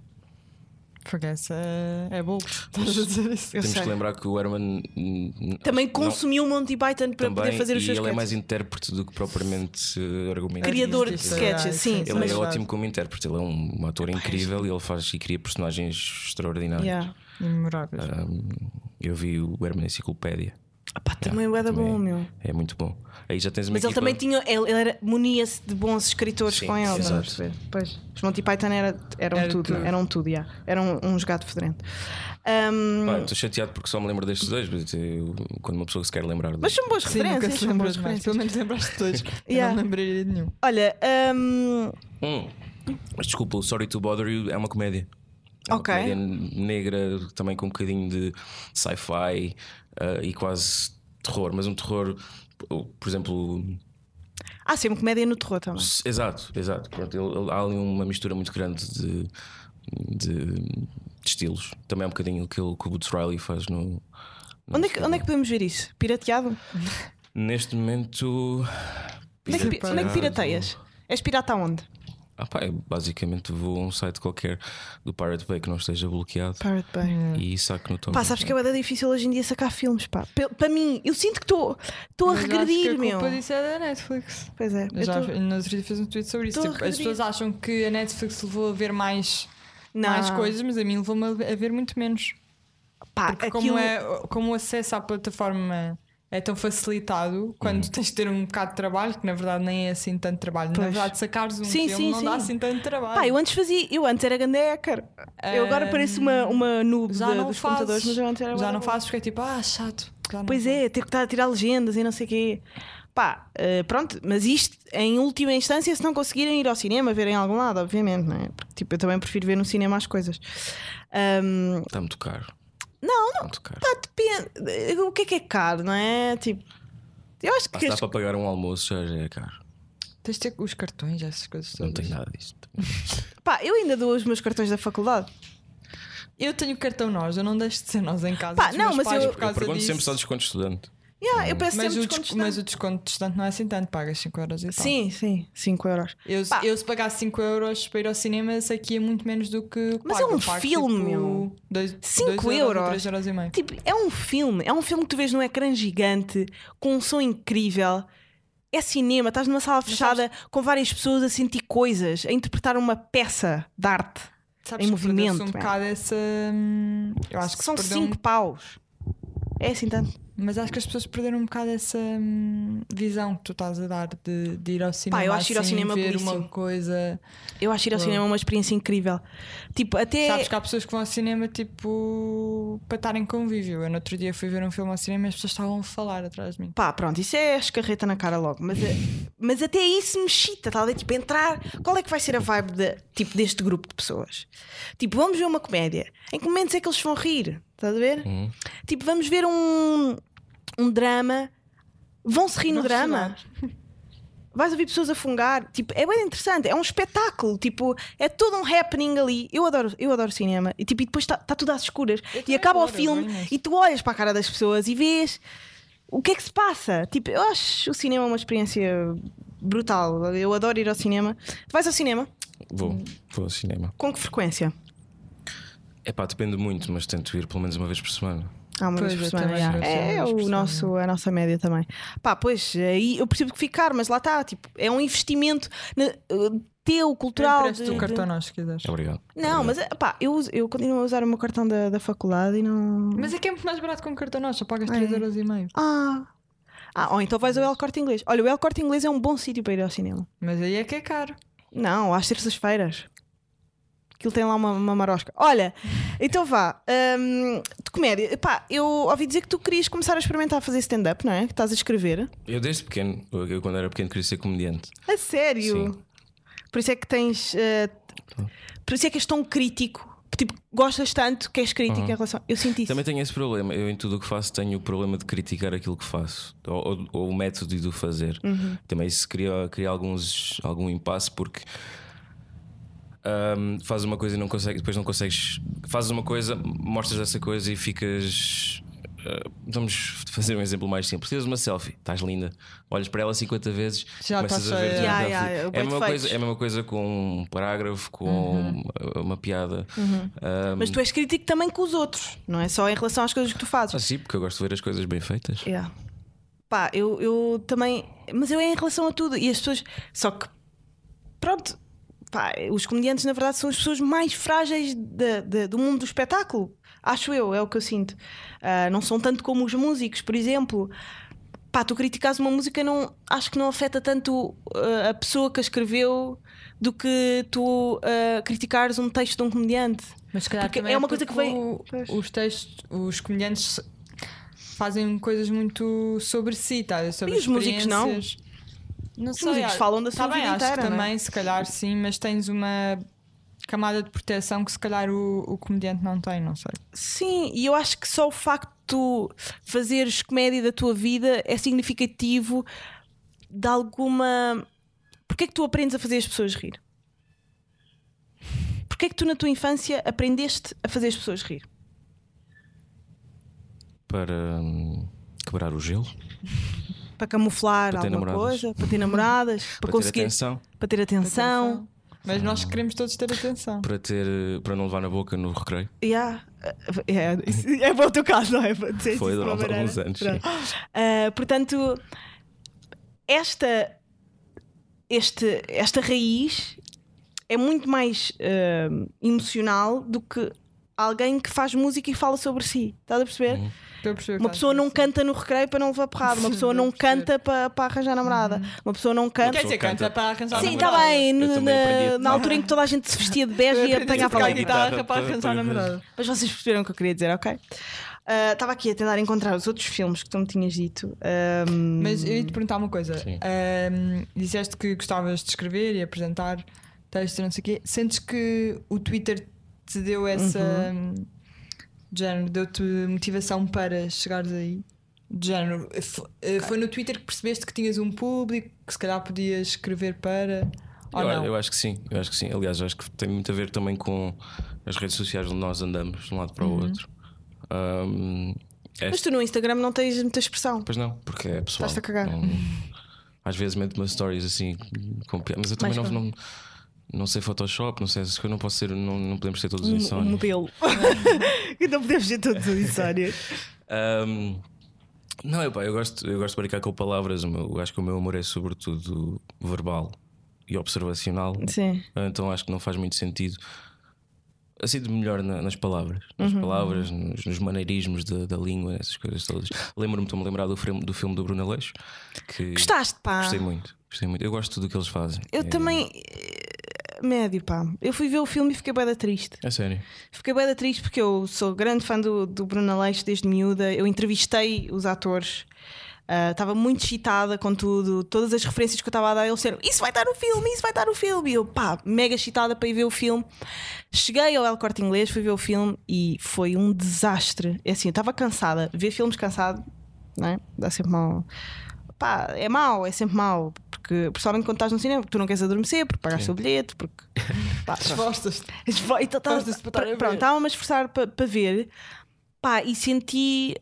[SPEAKER 3] Porque essa é, é bobo. [laughs] Estás a dizer isso?
[SPEAKER 2] Eu
[SPEAKER 4] Temos
[SPEAKER 2] sei.
[SPEAKER 4] que lembrar que o Herman hum,
[SPEAKER 2] Também
[SPEAKER 4] não-
[SPEAKER 2] consumiu o Monty Python para
[SPEAKER 4] também,
[SPEAKER 2] poder fazer os
[SPEAKER 4] e
[SPEAKER 2] seus
[SPEAKER 4] ele é mais
[SPEAKER 2] sketches.
[SPEAKER 4] intérprete do que propriamente uh, argumento.
[SPEAKER 2] Criador de
[SPEAKER 3] Artista.
[SPEAKER 2] sketches, sim.
[SPEAKER 4] Ele
[SPEAKER 2] mas-
[SPEAKER 4] é ótimo como intérprete, ele é um ator incrível e ele faz e cria personagens extraordinários.
[SPEAKER 2] Yeah.
[SPEAKER 3] Memoráveis.
[SPEAKER 4] Ah. Eu vi o Herman Enciclopédia,
[SPEAKER 2] Ah, pá, também o é da bom,
[SPEAKER 4] também.
[SPEAKER 2] meu.
[SPEAKER 4] é muito bom. Aí já tens uma
[SPEAKER 2] Mas ele
[SPEAKER 4] equipa-
[SPEAKER 2] também tinha, ele, ele era, munia-se de bons escritores
[SPEAKER 4] Sim,
[SPEAKER 2] com ele.
[SPEAKER 4] exato.
[SPEAKER 2] estás a perceber? Pois. Os Monty Python era, eram
[SPEAKER 3] Era
[SPEAKER 2] tudo,
[SPEAKER 3] tudo.
[SPEAKER 2] eram tudo, já. Eram uns gato um fedorento. Ahm,
[SPEAKER 4] Pá, Estou chateado porque só me lembro destes dois, mas eu- quando uma pessoa se quer lembrar
[SPEAKER 2] mas são boas
[SPEAKER 3] Sim, nunca
[SPEAKER 2] referências.
[SPEAKER 3] se
[SPEAKER 2] São
[SPEAKER 3] lembras
[SPEAKER 2] boas referências.
[SPEAKER 3] mais. Pelo menos lembraste
[SPEAKER 2] [laughs]
[SPEAKER 3] de todos.
[SPEAKER 2] Yeah.
[SPEAKER 3] Eu não lembraria de nenhum.
[SPEAKER 2] Olha, ahm,
[SPEAKER 4] Hum. Mas desculpa, o Sorry to Bother You é uma comédia. É
[SPEAKER 2] Ok.
[SPEAKER 4] Uma comédia negra, também com um bocadinho de sci-fi eh, e quase terror, mas um terror, por exemplo.
[SPEAKER 2] ah, sim, uma comédia no terror também.
[SPEAKER 4] s- Exato, exato. Pronto, ele- ele- há ali uma mistura muito grande de, de- de estilos. Também é um bocadinho o que, ele- que o Boots Riley faz no. no
[SPEAKER 2] Onde é, que, onde é que podemos ver isso? Pirateado?
[SPEAKER 4] Neste momento.
[SPEAKER 2] Onde é que, pi- onde é que
[SPEAKER 4] pirateado.
[SPEAKER 2] pirateias? És pirata aonde?
[SPEAKER 4] Ah, pá, eu basicamente vou a um site qualquer do Pirate Bay que não esteja bloqueado
[SPEAKER 2] Pirate Bay.
[SPEAKER 4] e saco no Tom.
[SPEAKER 2] Pá, sabes que é bem difícil hoje em dia sacar filmes, pá. Pe- Para mim, eu sinto que estou estou a
[SPEAKER 3] Mas eu acho que
[SPEAKER 2] regredir,
[SPEAKER 3] A
[SPEAKER 2] meu.
[SPEAKER 3] culpa disso é da Netflix.
[SPEAKER 2] Pois é,
[SPEAKER 3] Eu
[SPEAKER 2] eu
[SPEAKER 3] já,
[SPEAKER 2] tô-
[SPEAKER 3] na outro dia fiz um tweet sobre isso.
[SPEAKER 2] Tô a
[SPEAKER 3] Tipo, as
[SPEAKER 2] regredir.
[SPEAKER 3] pessoas acham que a Netflix levou a ver mais,
[SPEAKER 2] Não.
[SPEAKER 3] mais coisas, mas a mim levou-me a ver muito menos.
[SPEAKER 2] pá,
[SPEAKER 3] Porque
[SPEAKER 2] aquilo-
[SPEAKER 3] como, é, como o acesso à plataforma é tão facilitado, quando
[SPEAKER 4] Uhum.
[SPEAKER 3] tens de ter um bocado de trabalho, que na verdade nem é assim tanto trabalho, na
[SPEAKER 2] Pois.
[SPEAKER 3] verdade sacares um
[SPEAKER 2] Sim,
[SPEAKER 3] filme
[SPEAKER 2] sim,
[SPEAKER 3] não dá
[SPEAKER 2] sim.
[SPEAKER 3] assim tanto trabalho.
[SPEAKER 2] Pá, eu antes fazia, eu antes era grande hacker. Eu agora
[SPEAKER 3] Ahm,
[SPEAKER 2] pareço uma, uma noob
[SPEAKER 3] Ah, já
[SPEAKER 2] de-
[SPEAKER 3] não
[SPEAKER 2] dos
[SPEAKER 3] fazes,
[SPEAKER 2] computadores, mas eu antes era
[SPEAKER 3] já
[SPEAKER 2] bué
[SPEAKER 3] não
[SPEAKER 2] da
[SPEAKER 3] fazes porque é tipo, ah, chato. já não
[SPEAKER 2] Pois é, ter que estar a tirar legendas e não sei o quê. Pá, eh, pronto, mas isto em última instância, se não conseguirem ir ao cinema, ver em algum lado, obviamente, não é? Porque tipo, eu também prefiro ver no cinema as coisas. Ahm,
[SPEAKER 4] Está muito caro.
[SPEAKER 2] não,
[SPEAKER 4] Está
[SPEAKER 2] não,
[SPEAKER 4] muito caro.
[SPEAKER 2] pá, depende. Eh, O que é que é caro, não é? Tipo, eu acho
[SPEAKER 4] Pá,
[SPEAKER 2] que.
[SPEAKER 4] se dá
[SPEAKER 2] as-
[SPEAKER 4] para pagar um almoço já já é caro.
[SPEAKER 3] Tens de ter os cartões, essas coisas todas.
[SPEAKER 4] Não tenho nada disto.
[SPEAKER 2] Pá, eu ainda dou os meus cartões da faculdade.
[SPEAKER 3] Eu tenho cartão nós, eu não deixo de ser nós em casa.
[SPEAKER 2] Pá,
[SPEAKER 3] dos
[SPEAKER 2] não,
[SPEAKER 3] meus
[SPEAKER 2] mas
[SPEAKER 3] pais
[SPEAKER 2] eu-
[SPEAKER 3] por
[SPEAKER 4] Eu
[SPEAKER 3] causa
[SPEAKER 4] pergunto
[SPEAKER 3] disso.
[SPEAKER 4] sempre só desconto de estudante.
[SPEAKER 2] Yeah, eu peço
[SPEAKER 3] mas,
[SPEAKER 2] sempre
[SPEAKER 3] o
[SPEAKER 2] descontos
[SPEAKER 3] desconto, mas o desconto de estudante não é assim tanto, pagas 5 euros e tal.
[SPEAKER 2] Sim, sim, 5 euros.
[SPEAKER 3] Eu,
[SPEAKER 2] Pá.
[SPEAKER 3] eu se pagasse 5 euros para ir ao cinema, sei que ia muito menos do que.
[SPEAKER 2] Mas
[SPEAKER 3] pago.
[SPEAKER 2] é um
[SPEAKER 3] Pago,
[SPEAKER 2] filme,
[SPEAKER 3] tipo,
[SPEAKER 2] meu.
[SPEAKER 3] dois-
[SPEAKER 2] Cinco
[SPEAKER 3] dois
[SPEAKER 2] euros?
[SPEAKER 3] ou três euros e meio.
[SPEAKER 2] Tipo, é um filme, é um filme que tu vês num ecrã gigante, com um som incrível. É cinema, estás numa sala fechada com várias pessoas a sentir coisas, a interpretar uma peça de arte.
[SPEAKER 3] Sabes
[SPEAKER 2] em
[SPEAKER 3] que perdeu-se
[SPEAKER 2] movimento,
[SPEAKER 3] um
[SPEAKER 2] pá.
[SPEAKER 3] bocado essa. hum, Eu acho que se
[SPEAKER 2] São
[SPEAKER 3] perdeu um-
[SPEAKER 2] cinco paus. É assim tanto.
[SPEAKER 3] Mas acho que as pessoas perderam um bocado essa hum, visão que tu estás a dar de, de ir ao cinema.
[SPEAKER 2] eu acho ir ao
[SPEAKER 3] assim,
[SPEAKER 2] cinema
[SPEAKER 3] ver
[SPEAKER 2] belíssimo.
[SPEAKER 3] uma coisa.
[SPEAKER 2] Eu acho ir ao
[SPEAKER 3] Uau.
[SPEAKER 2] cinema uma experiência incrível. Tipo, até.
[SPEAKER 3] Sabes que há pessoas que vão ao cinema tipo para estar em convívio. Eu no outro dia fui ver um filme ao cinema e as pessoas estavam a falar atrás de mim.
[SPEAKER 2] Pá, pronto, isso é escarreta na cara logo. Mas, eh, mas até isso me chita, talvez, tipo, entrar. Qual é que vai ser a vibe de, tipo, deste grupo de pessoas? Tipo, vamos ver uma comédia. Em que momentos é que eles vão rir? Estás a ver? Tipo, vamos ver um, um drama. Vão-se rir no
[SPEAKER 3] Vão
[SPEAKER 2] drama? Vais ouvir pessoas a fungar. Tipo, é bem interessante. É um espetáculo. Tipo, é todo um happening ali. Eu adoro, eu adoro cinema. E, tipo, e depois está tudo às escuras.
[SPEAKER 3] Eu
[SPEAKER 2] E
[SPEAKER 3] também
[SPEAKER 2] acaba o
[SPEAKER 3] adoro,
[SPEAKER 2] filme
[SPEAKER 3] adoro imenso.
[SPEAKER 2] e tu olhas para a cara das pessoas e vês o que é que se passa. Tipo, eu acho o cinema uma experiência brutal. Eu adoro ir ao cinema. Tu vais ao cinema?
[SPEAKER 4] Vou, vou ao cinema.
[SPEAKER 2] Com que frequência?
[SPEAKER 4] É pá, depende muito, mas tento ir pelo menos uma vez por semana.
[SPEAKER 2] Há uma
[SPEAKER 3] Pois,
[SPEAKER 2] vez por
[SPEAKER 3] eu
[SPEAKER 2] semana.
[SPEAKER 3] também
[SPEAKER 2] já.
[SPEAKER 3] acho que
[SPEAKER 2] É,
[SPEAKER 3] é uma vez
[SPEAKER 2] o
[SPEAKER 3] por
[SPEAKER 2] nosso, a nossa média também. Pá, pois, aí eu percebo que ficar, mas lá está. Tipo, é um investimento na- eh, teu, cultural.
[SPEAKER 3] Empresta-te o
[SPEAKER 2] de-
[SPEAKER 3] cartão nós, se quiseres.
[SPEAKER 4] Obrigado.
[SPEAKER 2] Não, mas eh, pá, eu, uso- eu continuo a usar o meu cartão da, da faculdade e não.
[SPEAKER 3] Mas é que é muito mais barato com cartão nós, só pagas
[SPEAKER 2] Ah,
[SPEAKER 3] 3,5€.
[SPEAKER 2] é?
[SPEAKER 3] euros
[SPEAKER 2] Ah. Ah, ou então vais ao El Corte Inglês. Olha, o El Corte Inglês é um bom sítio para ir ao cinema.
[SPEAKER 3] Mas aí é que é caro.
[SPEAKER 2] Não, às terças-feiras. Aquilo tem lá uma, uma marosca. Olha, então vá. hum, de comédia. Pá, eu ouvi dizer que tu querias começar a experimentar a fazer stand-up, não é? Que estás a escrever.
[SPEAKER 4] Eu desde pequeno, eu eu quando era pequeno queria ser comediante.
[SPEAKER 2] A sério?
[SPEAKER 4] Sim.
[SPEAKER 2] Por isso é que tens. eh, por isso é que és tão crítico. Tipo, gostas tanto que és crítico em relação. Eu sinto isso.
[SPEAKER 4] Uhum. Também tenho esse problema. Eu em tudo o que faço tenho o problema de criticar aquilo que faço. Ou, ou- ou o método de o fazer.
[SPEAKER 3] Uhum.
[SPEAKER 4] Também isso cria, cria alguns, algum impasse porque hum, fazes uma coisa e não consegues, depois não consegues. Fazes uma coisa, mostras essa coisa e ficas. ah, vamos fazer um exemplo mais simples. Tens uma selfie, estás linda, olhas para ela 50 vezes,
[SPEAKER 3] Já
[SPEAKER 4] começas
[SPEAKER 3] está
[SPEAKER 4] a ver.
[SPEAKER 3] cheia.
[SPEAKER 2] Yeah,
[SPEAKER 4] já
[SPEAKER 2] yeah,
[SPEAKER 4] fui-
[SPEAKER 2] é bué
[SPEAKER 4] é, a mesma
[SPEAKER 2] defeitos.
[SPEAKER 4] coisa, é a mesma coisa com um parágrafo, com
[SPEAKER 3] Uhum.
[SPEAKER 4] uma, uma piada. Ah,
[SPEAKER 2] Mas tu és crítico também com os outros, não é só em relação às coisas que tu fazes.
[SPEAKER 4] ah, sim, porque eu gosto de ver as coisas bem feitas.
[SPEAKER 2] Yeah. Pá, eu, eu também. Mas eu é em relação a tudo. E as pessoas. Só que. Pronto. Pá, os comediantes, na verdade, são as pessoas mais frágeis da- da- do mundo do espetáculo. Acho eu, é o que eu sinto. Ah, não são tanto como os músicos, por exemplo. Pá, tu criticas uma música, não, acho que não afeta tanto ah, a pessoa que a escreveu do que tu ah, criticares um texto de um comediante.
[SPEAKER 3] Mas se calhar
[SPEAKER 2] Porque
[SPEAKER 3] também
[SPEAKER 2] é uma coisa que
[SPEAKER 3] porque
[SPEAKER 2] vem-
[SPEAKER 3] o-
[SPEAKER 2] Pois.
[SPEAKER 3] Os textos, os comediantes fazem coisas muito sobre si, tá? sobre
[SPEAKER 2] E os músicos não?
[SPEAKER 3] experiências. Não sei,
[SPEAKER 2] músicos
[SPEAKER 3] ah,
[SPEAKER 2] falam da
[SPEAKER 3] tá
[SPEAKER 2] sua
[SPEAKER 3] bem,
[SPEAKER 2] vida
[SPEAKER 3] acho
[SPEAKER 2] inteira, não
[SPEAKER 3] que
[SPEAKER 2] é?
[SPEAKER 3] também, se calhar sim, mas tens uma camada de proteção que se calhar o, o comediante não tem, não sei.
[SPEAKER 2] Sim, e eu acho que só o facto de tu fazeres comédia da tua vida é significativo de alguma. Porquê é que tu aprendes a fazer as pessoas rir? Porquê é que tu na tua infância aprendeste a fazer as pessoas rir?
[SPEAKER 4] para hum, quebrar o gelo,
[SPEAKER 2] Para camuflar
[SPEAKER 4] Para ter
[SPEAKER 2] alguma
[SPEAKER 4] namoradas. [laughs]
[SPEAKER 2] coisa, para ter namoradas, para,
[SPEAKER 4] para, ter
[SPEAKER 2] conseguir.
[SPEAKER 4] atenção.
[SPEAKER 2] para ter atenção,
[SPEAKER 3] Mas nós queremos todos ter atenção.
[SPEAKER 4] para ter para não levar na boca no recreio.
[SPEAKER 2] Yeah. É, é, é bom o teu caso, não é? Para dizer
[SPEAKER 4] Foi
[SPEAKER 2] isso de uma
[SPEAKER 4] durante alguns
[SPEAKER 2] maneira.
[SPEAKER 4] anos,
[SPEAKER 2] Pronto. Ah, portanto, esta, este, esta raiz é muito mais ah, emocional do que alguém que faz música e fala sobre si. Estás a perceber?
[SPEAKER 3] Estou a perceber o
[SPEAKER 2] Uma
[SPEAKER 3] caso.
[SPEAKER 2] pessoa não canta no recreio para não levar porrada, uma pessoa não canta para, para arranjar namorada, uma pessoa não
[SPEAKER 3] Quer
[SPEAKER 4] Uma
[SPEAKER 2] canta.
[SPEAKER 3] dizer,
[SPEAKER 4] pessoa
[SPEAKER 3] canta
[SPEAKER 4] canta.
[SPEAKER 3] para arranjar
[SPEAKER 2] Sim,
[SPEAKER 3] namorado.
[SPEAKER 2] está bem,
[SPEAKER 4] Eu
[SPEAKER 2] na-
[SPEAKER 4] também aprendi
[SPEAKER 2] na,
[SPEAKER 4] a tocar.
[SPEAKER 2] altura em que toda a gente se vestia
[SPEAKER 4] [laughs]
[SPEAKER 2] de
[SPEAKER 3] Eu
[SPEAKER 2] bege e
[SPEAKER 3] aprendi a
[SPEAKER 2] apanhava
[SPEAKER 3] tocar
[SPEAKER 2] a
[SPEAKER 3] guitarra para
[SPEAKER 4] Para-
[SPEAKER 3] arranjar
[SPEAKER 4] para-
[SPEAKER 3] namorado.
[SPEAKER 2] mas vocês perceberam o que eu queria dizer, ok? Ah, Estava aqui a tentar encontrar os outros filmes que tu me tinhas dito. Ahm,
[SPEAKER 3] Mas eu ia te perguntar uma coisa.
[SPEAKER 4] Hum, Sim.
[SPEAKER 3] Ahm, disseste que gostavas de escrever e apresentar textos e não sei o quê. Sentes que o Twitter te deu essa
[SPEAKER 4] Uhum.
[SPEAKER 3] hum, de género, deu-te motivação para chegares aí? De género. f- eh, Foi no Twitter que percebeste que tinhas um público, que se calhar podias escrever para. Ou
[SPEAKER 4] eu,
[SPEAKER 3] não?
[SPEAKER 4] eu acho que sim, eu acho que sim. Aliás, eu acho que tem muito a ver também com as redes sociais onde nós andamos de um lado para
[SPEAKER 2] Uhum.
[SPEAKER 4] o outro. Ahm, esta-
[SPEAKER 2] Mas tu no Instagram não tens muita expressão.
[SPEAKER 4] Pois não, porque é pessoal.
[SPEAKER 2] Estás-te a cagar.
[SPEAKER 4] Não- às vezes meto umas stories assim com pi- Mas eu também
[SPEAKER 2] Mais
[SPEAKER 4] não,
[SPEAKER 2] para-
[SPEAKER 4] não, não sei Photoshop, não sei essas coisas, não posso ser, não, não podemos ser todos
[SPEAKER 2] Um, um
[SPEAKER 4] insónios.
[SPEAKER 2] modelo.
[SPEAKER 4] [laughs]
[SPEAKER 2] e não podemos ser todos unisórios.
[SPEAKER 4] Ahm, não, epá, eu gosto, eu gosto de brincar com palavras. O meu- Eu acho que o meu amor é sobretudo verbal e observacional.
[SPEAKER 2] Sim.
[SPEAKER 4] Então acho que não faz muito sentido. Assim de melhor na- nas palavras, nas
[SPEAKER 2] Uhum.
[SPEAKER 4] palavras, nos, nos maneirismos da, da língua, essas coisas todas. Lembro-me, estou-me a lembrar do filme do, filme do Bruno Aleixo. Que
[SPEAKER 2] Gostaste, pá?
[SPEAKER 4] Gostei muito, gostei muito. Eu gosto do que eles fazem.
[SPEAKER 2] Eu
[SPEAKER 4] É-
[SPEAKER 2] também. eh, Médio, pá. Eu fui ver o filme e fiquei bem triste.
[SPEAKER 4] É sério.
[SPEAKER 2] Fiquei bem triste porque eu sou grande fã do, do Bruno Aleixo desde miúda. Eu entrevistei os atores. Ah, Estava muito excitada com tudo. Todas as referências que eu estava a dar, eles disseram: Isso vai estar no filme, isso vai estar no filme. E eu, pá, mega excitada para ir ver o filme. Cheguei ao El Corte Inglês, fui ver o filme e foi um desastre. É assim, eu estava cansada. Ver filmes cansado, não é? Dá sempre mal. Pá, é mau, é sempre mau. Porque, principalmente quando estás no cinema, porque tu não queres adormecer, porque pagaste o bilhete, porque. pá,
[SPEAKER 4] [laughs]
[SPEAKER 3] Respostas.
[SPEAKER 2] Esvo- Então, tava,
[SPEAKER 3] Esforças-te para estar a ver.
[SPEAKER 2] pronto, estava-me a esforçar para ver pá, e senti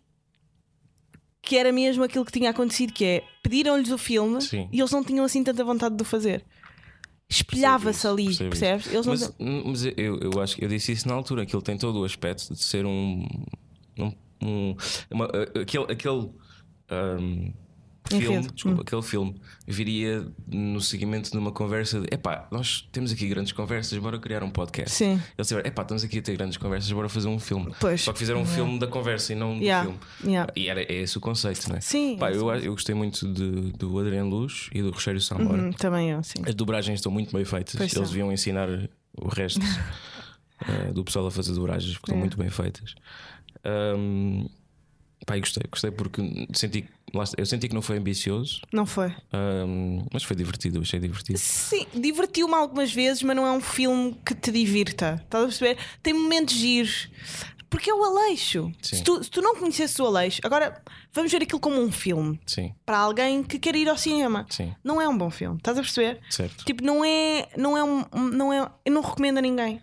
[SPEAKER 2] que era mesmo aquilo que tinha acontecido: que é pediram-lhes o filme
[SPEAKER 4] Sim.
[SPEAKER 2] e eles não tinham assim tanta vontade de o fazer. Espelhava-se
[SPEAKER 4] Percebo
[SPEAKER 2] ali,
[SPEAKER 4] isso, percebo
[SPEAKER 2] percebes? Eles não
[SPEAKER 4] Mas, hum,
[SPEAKER 2] tinham-
[SPEAKER 4] mas eu, eu acho que eu disse isso na altura, que ele tem todo o aspecto de ser um. um, um- uma- aquele. aquele ahm, filme,
[SPEAKER 2] Enredo. hum.
[SPEAKER 4] desculpa, aquele filme viria no seguimento de uma conversa de epá, nós temos aqui grandes conversas, bora criar um podcast.
[SPEAKER 2] Sim.
[SPEAKER 4] Eles disseram, epá, estamos aqui a ter grandes conversas, bora fazer um filme.
[SPEAKER 2] Pois. é?
[SPEAKER 4] Só que fizeram um filme da conversa e não um
[SPEAKER 2] Yeah,
[SPEAKER 4] filme.
[SPEAKER 2] yeah.
[SPEAKER 4] E era, é esse o conceito, não é?
[SPEAKER 2] Sim,
[SPEAKER 4] Pá,
[SPEAKER 2] é
[SPEAKER 4] eu, eu gostei muito de- do Adriano Luz e do Rogério Samora.
[SPEAKER 2] Hum, também eu, sim.
[SPEAKER 4] As dobragens estão muito bem feitas.
[SPEAKER 2] Pois
[SPEAKER 4] Eles
[SPEAKER 2] são.
[SPEAKER 4] deviam ensinar
[SPEAKER 2] [laughs]
[SPEAKER 4] o resto eh, do pessoal a fazer dobragens, porque
[SPEAKER 2] É.
[SPEAKER 4] estão muito bem feitas. Ahm, pá, e gostei, gostei porque senti, que- lá está, eu senti que não foi ambicioso,
[SPEAKER 2] Não foi?
[SPEAKER 4] ahm, mas foi divertido, achei divertido.
[SPEAKER 2] Sim, divertiu-me algumas vezes, mas não é um filme que te divirta. Estás a perceber? Tem momentos giros. Porque é o Aleixo.
[SPEAKER 4] Sim.
[SPEAKER 2] Se tu, se tu não conhecesses o Aleixo, agora vamos ver aquilo como um filme.
[SPEAKER 4] Sim,
[SPEAKER 2] para alguém que quer ir ao cinema.
[SPEAKER 4] sim,
[SPEAKER 2] Não é um bom filme, estás a perceber?
[SPEAKER 4] certo.
[SPEAKER 2] Tipo, não é, não é um, não é, eu não recomendo a ninguém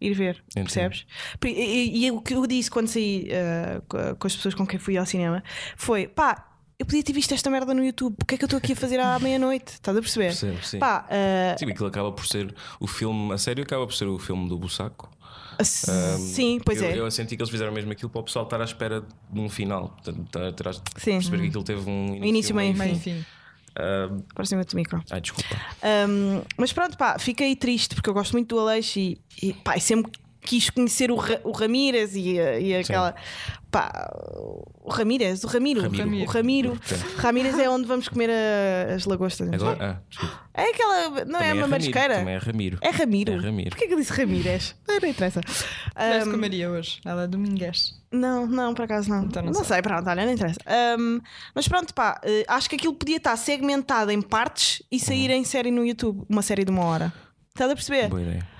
[SPEAKER 2] ir ver,
[SPEAKER 4] Entendo.
[SPEAKER 2] percebes? E, e- e o que eu disse quando saí ah, co- com as pessoas com quem fui ao cinema foi, pá, eu podia ter visto esta merda no YouTube, porque é que eu estou aqui a fazer à [laughs] meia-noite? Estás a perceber?
[SPEAKER 4] Percebo, sim.
[SPEAKER 2] É. Pá, ah,
[SPEAKER 4] Sim, aquilo acaba por ser o filme, a sério, acaba por ser o filme do Bussaco.
[SPEAKER 2] s- sim, pois
[SPEAKER 4] eu,
[SPEAKER 2] é.
[SPEAKER 4] Eu senti que eles fizeram mesmo aquilo para o pessoal estar à espera de um final. Portanto, estar atrás de
[SPEAKER 2] Sim.
[SPEAKER 4] perceber que aquilo teve um início,
[SPEAKER 2] Início, meio e
[SPEAKER 3] Mas
[SPEAKER 2] Sim.
[SPEAKER 3] enfim.
[SPEAKER 2] Aproxima-te do micro.
[SPEAKER 4] Ai, Ah, desculpa.
[SPEAKER 2] Um, mas pronto, pá, fiquei triste porque eu gosto muito do Aleixo e, e, pá, e sempre quis conhecer o, Ra- o Ramírez e, a- e aquela. Pá, o Ramírez, o Ramiro,
[SPEAKER 4] Ramiro.
[SPEAKER 2] o Ramiro.
[SPEAKER 4] Portanto.
[SPEAKER 2] Ramírez é onde vamos comer a- as lagostas.
[SPEAKER 4] Agora, ah, desculpa.
[SPEAKER 2] É aquela. Não
[SPEAKER 4] Também
[SPEAKER 2] é uma marisqueira?
[SPEAKER 4] Ramiro, também é Ramiro.
[SPEAKER 2] É Ramiro.
[SPEAKER 4] É Ramiro.
[SPEAKER 2] Porquê que eu disse Ramírez? Ah, Não interessa.
[SPEAKER 3] Tiveste com a
[SPEAKER 2] Um,
[SPEAKER 3] Maria hoje. Ela é domingues.
[SPEAKER 2] não, não, por acaso não.
[SPEAKER 3] Então não
[SPEAKER 2] não sei. pronto, olha, não interessa. Um, mas pronto, pá, eh, acho que aquilo podia estar segmentado em partes e sair em série no YouTube, uma série de uma hora. Estás a perceber?
[SPEAKER 4] Uhum. Boa ideia.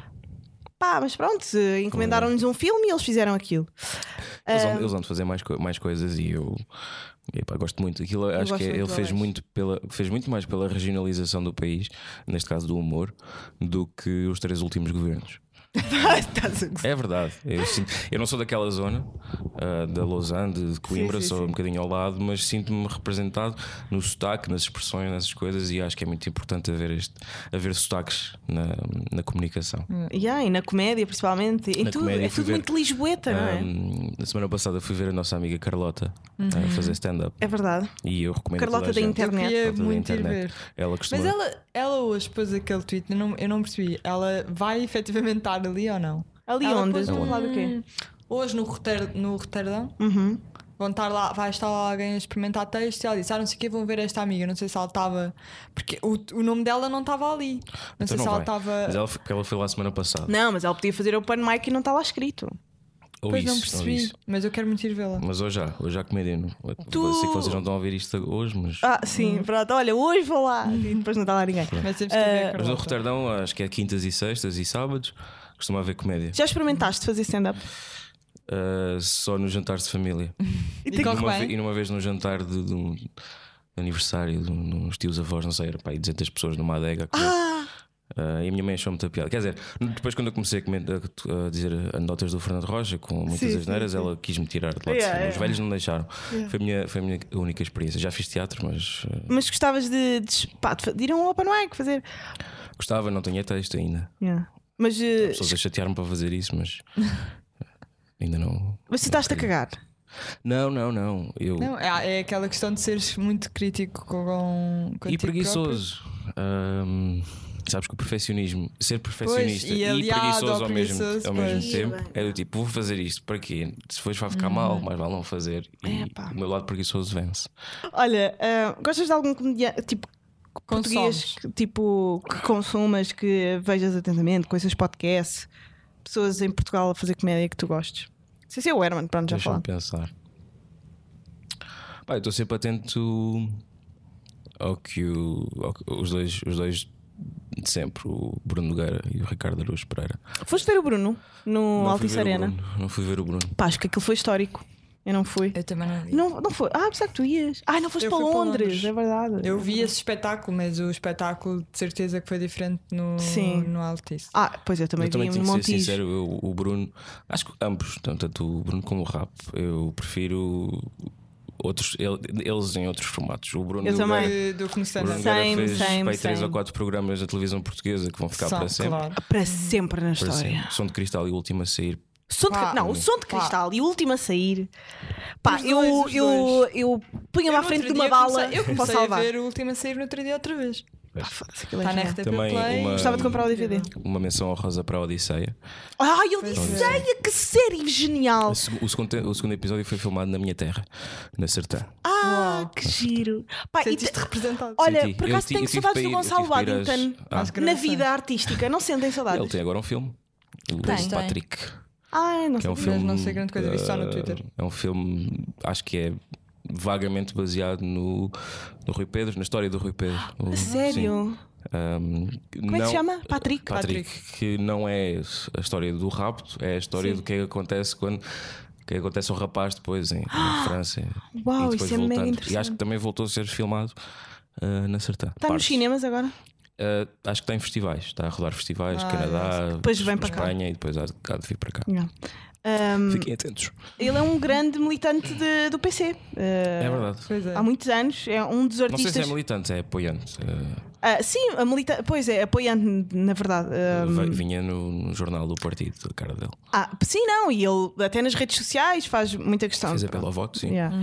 [SPEAKER 2] Pá, mas pronto, eh, encomendaram-nos um filme e eles fizeram aquilo.
[SPEAKER 4] Eles, vão, eles vão de fazer mais, co- mais coisas e eu epá, gosto muito daquilo. Acho
[SPEAKER 3] gosto
[SPEAKER 4] que é-
[SPEAKER 3] muito
[SPEAKER 4] ele
[SPEAKER 3] do
[SPEAKER 4] fez
[SPEAKER 3] Aleixo.
[SPEAKER 4] muito, pela, fez muito mais pela regionalização do país, neste caso do humor, do que os três últimos governos.
[SPEAKER 2] Estás a gozar.
[SPEAKER 4] É verdade. Eu, sinto- eu não sou daquela zona, ah, da Lausanne, de, de Coimbra,
[SPEAKER 3] sim,
[SPEAKER 4] sou
[SPEAKER 3] sim.
[SPEAKER 4] um bocadinho ao lado, mas sinto-me representado no sotaque, nas expressões, nessas coisas, e acho que é muito importante haver, este, haver sotaques na, na comunicação.
[SPEAKER 2] Yeah, e na comédia, principalmente. Em
[SPEAKER 4] Na
[SPEAKER 2] tudo.
[SPEAKER 4] comédia Hum.
[SPEAKER 2] é
[SPEAKER 4] fui
[SPEAKER 2] tudo
[SPEAKER 4] ver-
[SPEAKER 2] muito Lisboeta, não é?
[SPEAKER 4] Ahm, na semana passada fui ver a nossa amiga Carlota a fazer stand-up
[SPEAKER 2] É verdade.
[SPEAKER 4] e eu recomendo a
[SPEAKER 2] Carlota
[SPEAKER 4] toda a
[SPEAKER 2] da
[SPEAKER 4] gente.
[SPEAKER 3] Eu
[SPEAKER 2] internet.
[SPEAKER 3] queria
[SPEAKER 4] Carlota da
[SPEAKER 3] muito ir ver.
[SPEAKER 4] internet. Ela costuma.
[SPEAKER 3] Mas ela, ela hoje pôs aquele tweet, eu não, eu não percebi. Ela vai efetivamente estar ali ou não?
[SPEAKER 2] Ali
[SPEAKER 3] Ela
[SPEAKER 2] onde? Hum.
[SPEAKER 3] pôs
[SPEAKER 2] Do lado do quê?
[SPEAKER 4] Hum.
[SPEAKER 3] Hoje no, Roter, no Roterdão
[SPEAKER 2] Uhum.
[SPEAKER 3] vão estar lá, vai estar lá alguém a experimentar texto e ela disse: Ah, não sei o que, vão ver esta amiga. Não sei se ela estava. Porque o, o nome dela não estava ali. Não
[SPEAKER 4] Então
[SPEAKER 3] sei se
[SPEAKER 4] não
[SPEAKER 3] ela
[SPEAKER 4] vai. Mas
[SPEAKER 3] estava.
[SPEAKER 4] ela, foi- porque ela foi lá a semana passada.
[SPEAKER 2] Não, mas ela podia fazer open mic e não está lá escrito.
[SPEAKER 4] Ou
[SPEAKER 3] Depois
[SPEAKER 4] isso,
[SPEAKER 3] não
[SPEAKER 4] ou
[SPEAKER 3] percebi,
[SPEAKER 4] isso.
[SPEAKER 3] mas eu quero muito ir vê-la.
[SPEAKER 4] Mas hoje já, hoje já comédia. não-
[SPEAKER 2] Tu-
[SPEAKER 4] Eu Sei que vocês não estão a ouvir isto hoje, mas.
[SPEAKER 2] Ah, sim, pronto. Olha, hoje vou lá. E depois não está lá ninguém.
[SPEAKER 3] Mas temos que ir
[SPEAKER 2] Ah,
[SPEAKER 3] ver a
[SPEAKER 4] Mas no
[SPEAKER 3] Carlota.
[SPEAKER 4] Roterdão, acho que é quintas e sextas e sábados, costuma haver comédia.
[SPEAKER 2] Já experimentaste fazer stand-up?
[SPEAKER 4] Ah, só no jantar
[SPEAKER 2] [laughs]
[SPEAKER 4] de família.
[SPEAKER 3] E
[SPEAKER 2] tem-
[SPEAKER 3] corre
[SPEAKER 4] numa
[SPEAKER 3] bem?
[SPEAKER 4] ve- e numa vez num jantar de, de um aniversário de, um- de uns tios avós, não sei, era pá, aí 200 pessoas numa adega. a comer. Ah, e a minha mãe achou muita piada. Quer dizer, depois quando eu comecei a, comentar- a dizer anedotas do Fernando Rocha com muitas
[SPEAKER 3] Sim,
[SPEAKER 4] asneiras, ela quis-me tirar de lá de
[SPEAKER 2] Yeah,
[SPEAKER 4] cima. Os
[SPEAKER 2] yeah.
[SPEAKER 4] velhos não deixaram. Foi, a minha, foi a minha única experiência. Já fiz teatro, mas ah,
[SPEAKER 2] Mas gostavas de, de, pá, de fa- de ir a um open mic fazer.
[SPEAKER 4] gostava, não tinha texto ainda.
[SPEAKER 2] Yeah. Mas, eh,
[SPEAKER 4] As pessoas a chatearam para fazer isso, mas ah, ainda não.
[SPEAKER 2] mas tu estás-te a cagar.
[SPEAKER 4] Não, não, não. Eu...
[SPEAKER 3] Não, é, é aquela questão de seres muito crítico com. com
[SPEAKER 4] e
[SPEAKER 3] ti próprio.
[SPEAKER 4] preguiçoso. Ahm, sabes que o perfeccionismo, ser perfeccionista
[SPEAKER 3] Pois, e
[SPEAKER 4] e,
[SPEAKER 3] aliado
[SPEAKER 4] preguiçoso ao
[SPEAKER 3] ao
[SPEAKER 4] mesmo,
[SPEAKER 3] preguiçoso,
[SPEAKER 4] ao mesmo
[SPEAKER 3] pois.
[SPEAKER 4] tempo
[SPEAKER 2] Ih, bem. Uhum.
[SPEAKER 4] é do tipo, vou fazer isto para quê? Se depois vai ficar mal, mais vale não fazer. E
[SPEAKER 2] É, pá.
[SPEAKER 4] o meu lado preguiçoso vence.
[SPEAKER 2] Olha, ah, gostas de algum comediante tipo português
[SPEAKER 3] Consomes.
[SPEAKER 2] que, tipo, que consumas, que vejas atentamente, coisas podcast, pessoas em Portugal a fazer comédia que tu gostes? Sei se é o Herman, pronto, já
[SPEAKER 4] Deixa-me
[SPEAKER 2] falamos.
[SPEAKER 4] pensar. Pá, eu estou sempre atento ao que, o, ao que- os, dois, os dois de sempre, o Bruno Nogueira e o Ricardo Araújo Pereira.
[SPEAKER 2] Foste ver o Bruno no
[SPEAKER 4] Não fui
[SPEAKER 2] Altice
[SPEAKER 4] ver o
[SPEAKER 2] Um Arena.
[SPEAKER 4] Bruno, Não fui ver o Bruno.
[SPEAKER 2] Pá, acho que aquilo foi histórico. Eu não fui.
[SPEAKER 3] Eu também não vi.
[SPEAKER 2] Não, não foi. Ah, apesar que tu ias. Ah, não foste
[SPEAKER 3] Eu
[SPEAKER 2] para
[SPEAKER 3] fui para
[SPEAKER 2] Londres,
[SPEAKER 3] Londres.
[SPEAKER 2] é verdade.
[SPEAKER 3] Eu vi esse espetáculo, mas o espetáculo de certeza que foi diferente no,
[SPEAKER 2] Sim.
[SPEAKER 3] no Altice.
[SPEAKER 2] Ah, pois eu também
[SPEAKER 4] eu também
[SPEAKER 2] vi
[SPEAKER 4] tenho
[SPEAKER 2] um
[SPEAKER 4] que ser
[SPEAKER 2] Montijo.
[SPEAKER 4] sincero, eu- o Bruno, acho que ambos, tanto o Bruno como o Rap, eu prefiro outros, ele- eles em outros formatos. O Bruno
[SPEAKER 2] Eu também.
[SPEAKER 3] De-
[SPEAKER 4] Nogueira-
[SPEAKER 3] do
[SPEAKER 4] o
[SPEAKER 3] começando
[SPEAKER 4] Bruno
[SPEAKER 3] a
[SPEAKER 2] Sim.
[SPEAKER 4] Nogueira
[SPEAKER 2] Same,
[SPEAKER 4] fez
[SPEAKER 2] same,
[SPEAKER 4] bem três
[SPEAKER 2] same.
[SPEAKER 4] ou quatro programas da televisão portuguesa que vão ficar para sempre.
[SPEAKER 3] Claro.
[SPEAKER 2] Para sempre na
[SPEAKER 4] Para
[SPEAKER 2] história.
[SPEAKER 4] sempre. Som de cristal e o último a sair.
[SPEAKER 2] Som de,
[SPEAKER 3] Pá.
[SPEAKER 2] cri- não, o som de
[SPEAKER 3] Pá.
[SPEAKER 2] cristal e o último a sair. Pá,
[SPEAKER 3] Os dois,
[SPEAKER 2] eu,
[SPEAKER 3] os
[SPEAKER 2] eu, eu punha-me
[SPEAKER 3] Eu
[SPEAKER 2] à
[SPEAKER 3] no
[SPEAKER 2] frente
[SPEAKER 3] outro
[SPEAKER 2] de uma
[SPEAKER 3] dia
[SPEAKER 2] bala
[SPEAKER 3] comecei-
[SPEAKER 2] [laughs]
[SPEAKER 3] eu
[SPEAKER 2] para
[SPEAKER 3] comecei
[SPEAKER 2] salvar.
[SPEAKER 3] a ver o último a sair no outro dia outra vez.
[SPEAKER 2] Pá, foda-se, aquilo é
[SPEAKER 3] Está na
[SPEAKER 2] genial.
[SPEAKER 3] RTP
[SPEAKER 4] Também
[SPEAKER 3] Play.
[SPEAKER 4] uma-
[SPEAKER 2] Gostava de comprar o DVD.
[SPEAKER 4] Uma menção honrosa para a Odisseia.
[SPEAKER 2] Ai, eu
[SPEAKER 3] Pois é.
[SPEAKER 2] disse, "Eia, que série genial!
[SPEAKER 4] A seg- O segundo, te- o segundo episódio foi filmado na minha terra, na Sertã.
[SPEAKER 2] Ah,
[SPEAKER 3] Uau.
[SPEAKER 2] que giro! Pá, e
[SPEAKER 3] Sentiste
[SPEAKER 2] te-
[SPEAKER 3] representado.
[SPEAKER 2] Olha,
[SPEAKER 4] Senti.
[SPEAKER 2] por
[SPEAKER 4] Eu
[SPEAKER 2] acaso
[SPEAKER 4] ti-
[SPEAKER 2] tenho
[SPEAKER 4] eu tive
[SPEAKER 2] saudades
[SPEAKER 4] para
[SPEAKER 2] do
[SPEAKER 4] ir- eu tive
[SPEAKER 2] Gonçalo
[SPEAKER 4] para ir às-
[SPEAKER 2] Waddington
[SPEAKER 4] Ah.
[SPEAKER 3] Às
[SPEAKER 2] na
[SPEAKER 3] gravações.
[SPEAKER 2] vida artística. Não sentem
[SPEAKER 4] Ele
[SPEAKER 2] saudades?
[SPEAKER 4] tem agora um filme. O
[SPEAKER 2] Tem.
[SPEAKER 4] Patrick.
[SPEAKER 2] Ai, não
[SPEAKER 4] Que
[SPEAKER 2] sei. [laughs]
[SPEAKER 4] é um
[SPEAKER 3] Mas
[SPEAKER 4] filme.
[SPEAKER 3] não sei grande coisa, vi só no
[SPEAKER 4] eh,
[SPEAKER 3] Twitter.
[SPEAKER 4] É um filme, acho que é vagamente baseado no, no Rui Pedro, na história do Rui Pedro. O- sim.
[SPEAKER 2] Ah, Sério?
[SPEAKER 4] Um,
[SPEAKER 2] Como é que se chama? Patrick?
[SPEAKER 4] Patrick, que não é a história do rapto, é a história do que é que acontece quando. o Que é que acontece ao rapaz depois em, em França
[SPEAKER 2] Ah! Uau,
[SPEAKER 4] e depois
[SPEAKER 2] isso é mega
[SPEAKER 4] voltando. e acho
[SPEAKER 2] interessante.
[SPEAKER 4] que também voltou a ser filmado eh, na Sertã.
[SPEAKER 2] Está nos
[SPEAKER 4] Partes.
[SPEAKER 2] cinemas agora?
[SPEAKER 4] Eh, acho que está em festivais, está a rodar festivais,
[SPEAKER 3] Ah,
[SPEAKER 4] Canadá,
[SPEAKER 2] Depois vem para cá. Hum.
[SPEAKER 4] Espanha e depois há de, há de vir para cá.
[SPEAKER 2] Não. Ahm,
[SPEAKER 4] Fiquem atentos.
[SPEAKER 2] ele é um grande militante de- do PC.
[SPEAKER 4] É
[SPEAKER 2] Ah,
[SPEAKER 4] verdade.
[SPEAKER 3] Pois é.
[SPEAKER 2] há muitos anos, é um dos
[SPEAKER 4] Não sei
[SPEAKER 2] artistas.
[SPEAKER 4] se é militante, é apoiante. Eh,
[SPEAKER 2] Ah, sim, a milita... pois é, apoiante, na verdade. Ah,
[SPEAKER 4] vi- Eh, Vinha no, no jornal do partido, a cara dele.
[SPEAKER 2] ah, sim, não, e ele até nas redes sociais faz muita questão.
[SPEAKER 4] Fez apelo ao voto, sim.
[SPEAKER 2] Yeah.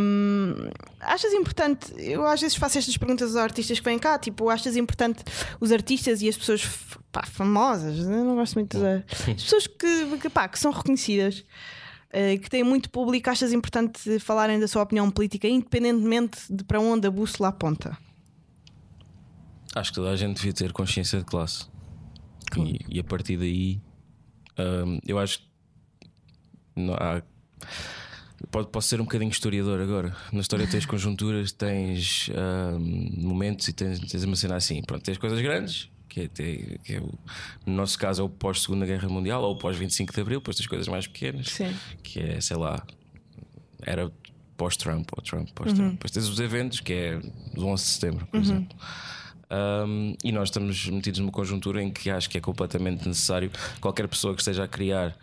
[SPEAKER 2] Um, achas importante? Eu às vezes faço estas perguntas aos artistas que vêm cá, tipo, achas importante os artistas e as pessoas f- pá, famosas? Eu não gosto muito das as pessoas que, que, pá, que são reconhecidas. eh, que têm muito público, achas importante falarem da sua opinião política, independentemente de para onde a bússola aponta?
[SPEAKER 4] Acho que toda a gente devia ter consciência de classe. E, e a partir daí, hum, eu acho que não há- Pode, posso ser um bocadinho historiador agora. Na história tens conjunturas, tens hum, momentos e tens, tens uma cena assim. Pronto, tens coisas grandes, que é, te- que é o- no nosso caso é o pós-Segunda Guerra Mundial ou o pós-25 de Abril, depois tens coisas mais pequenas,
[SPEAKER 2] Sim.
[SPEAKER 4] que é, sei lá, era pós-Trump, ou Trump, pós-Trump. Depois tens os eventos, que é do 11 de setembro, por exemplo. Um, e nós estamos metidos numa conjuntura em que acho que é completamente necessário qualquer pessoa que esteja a criar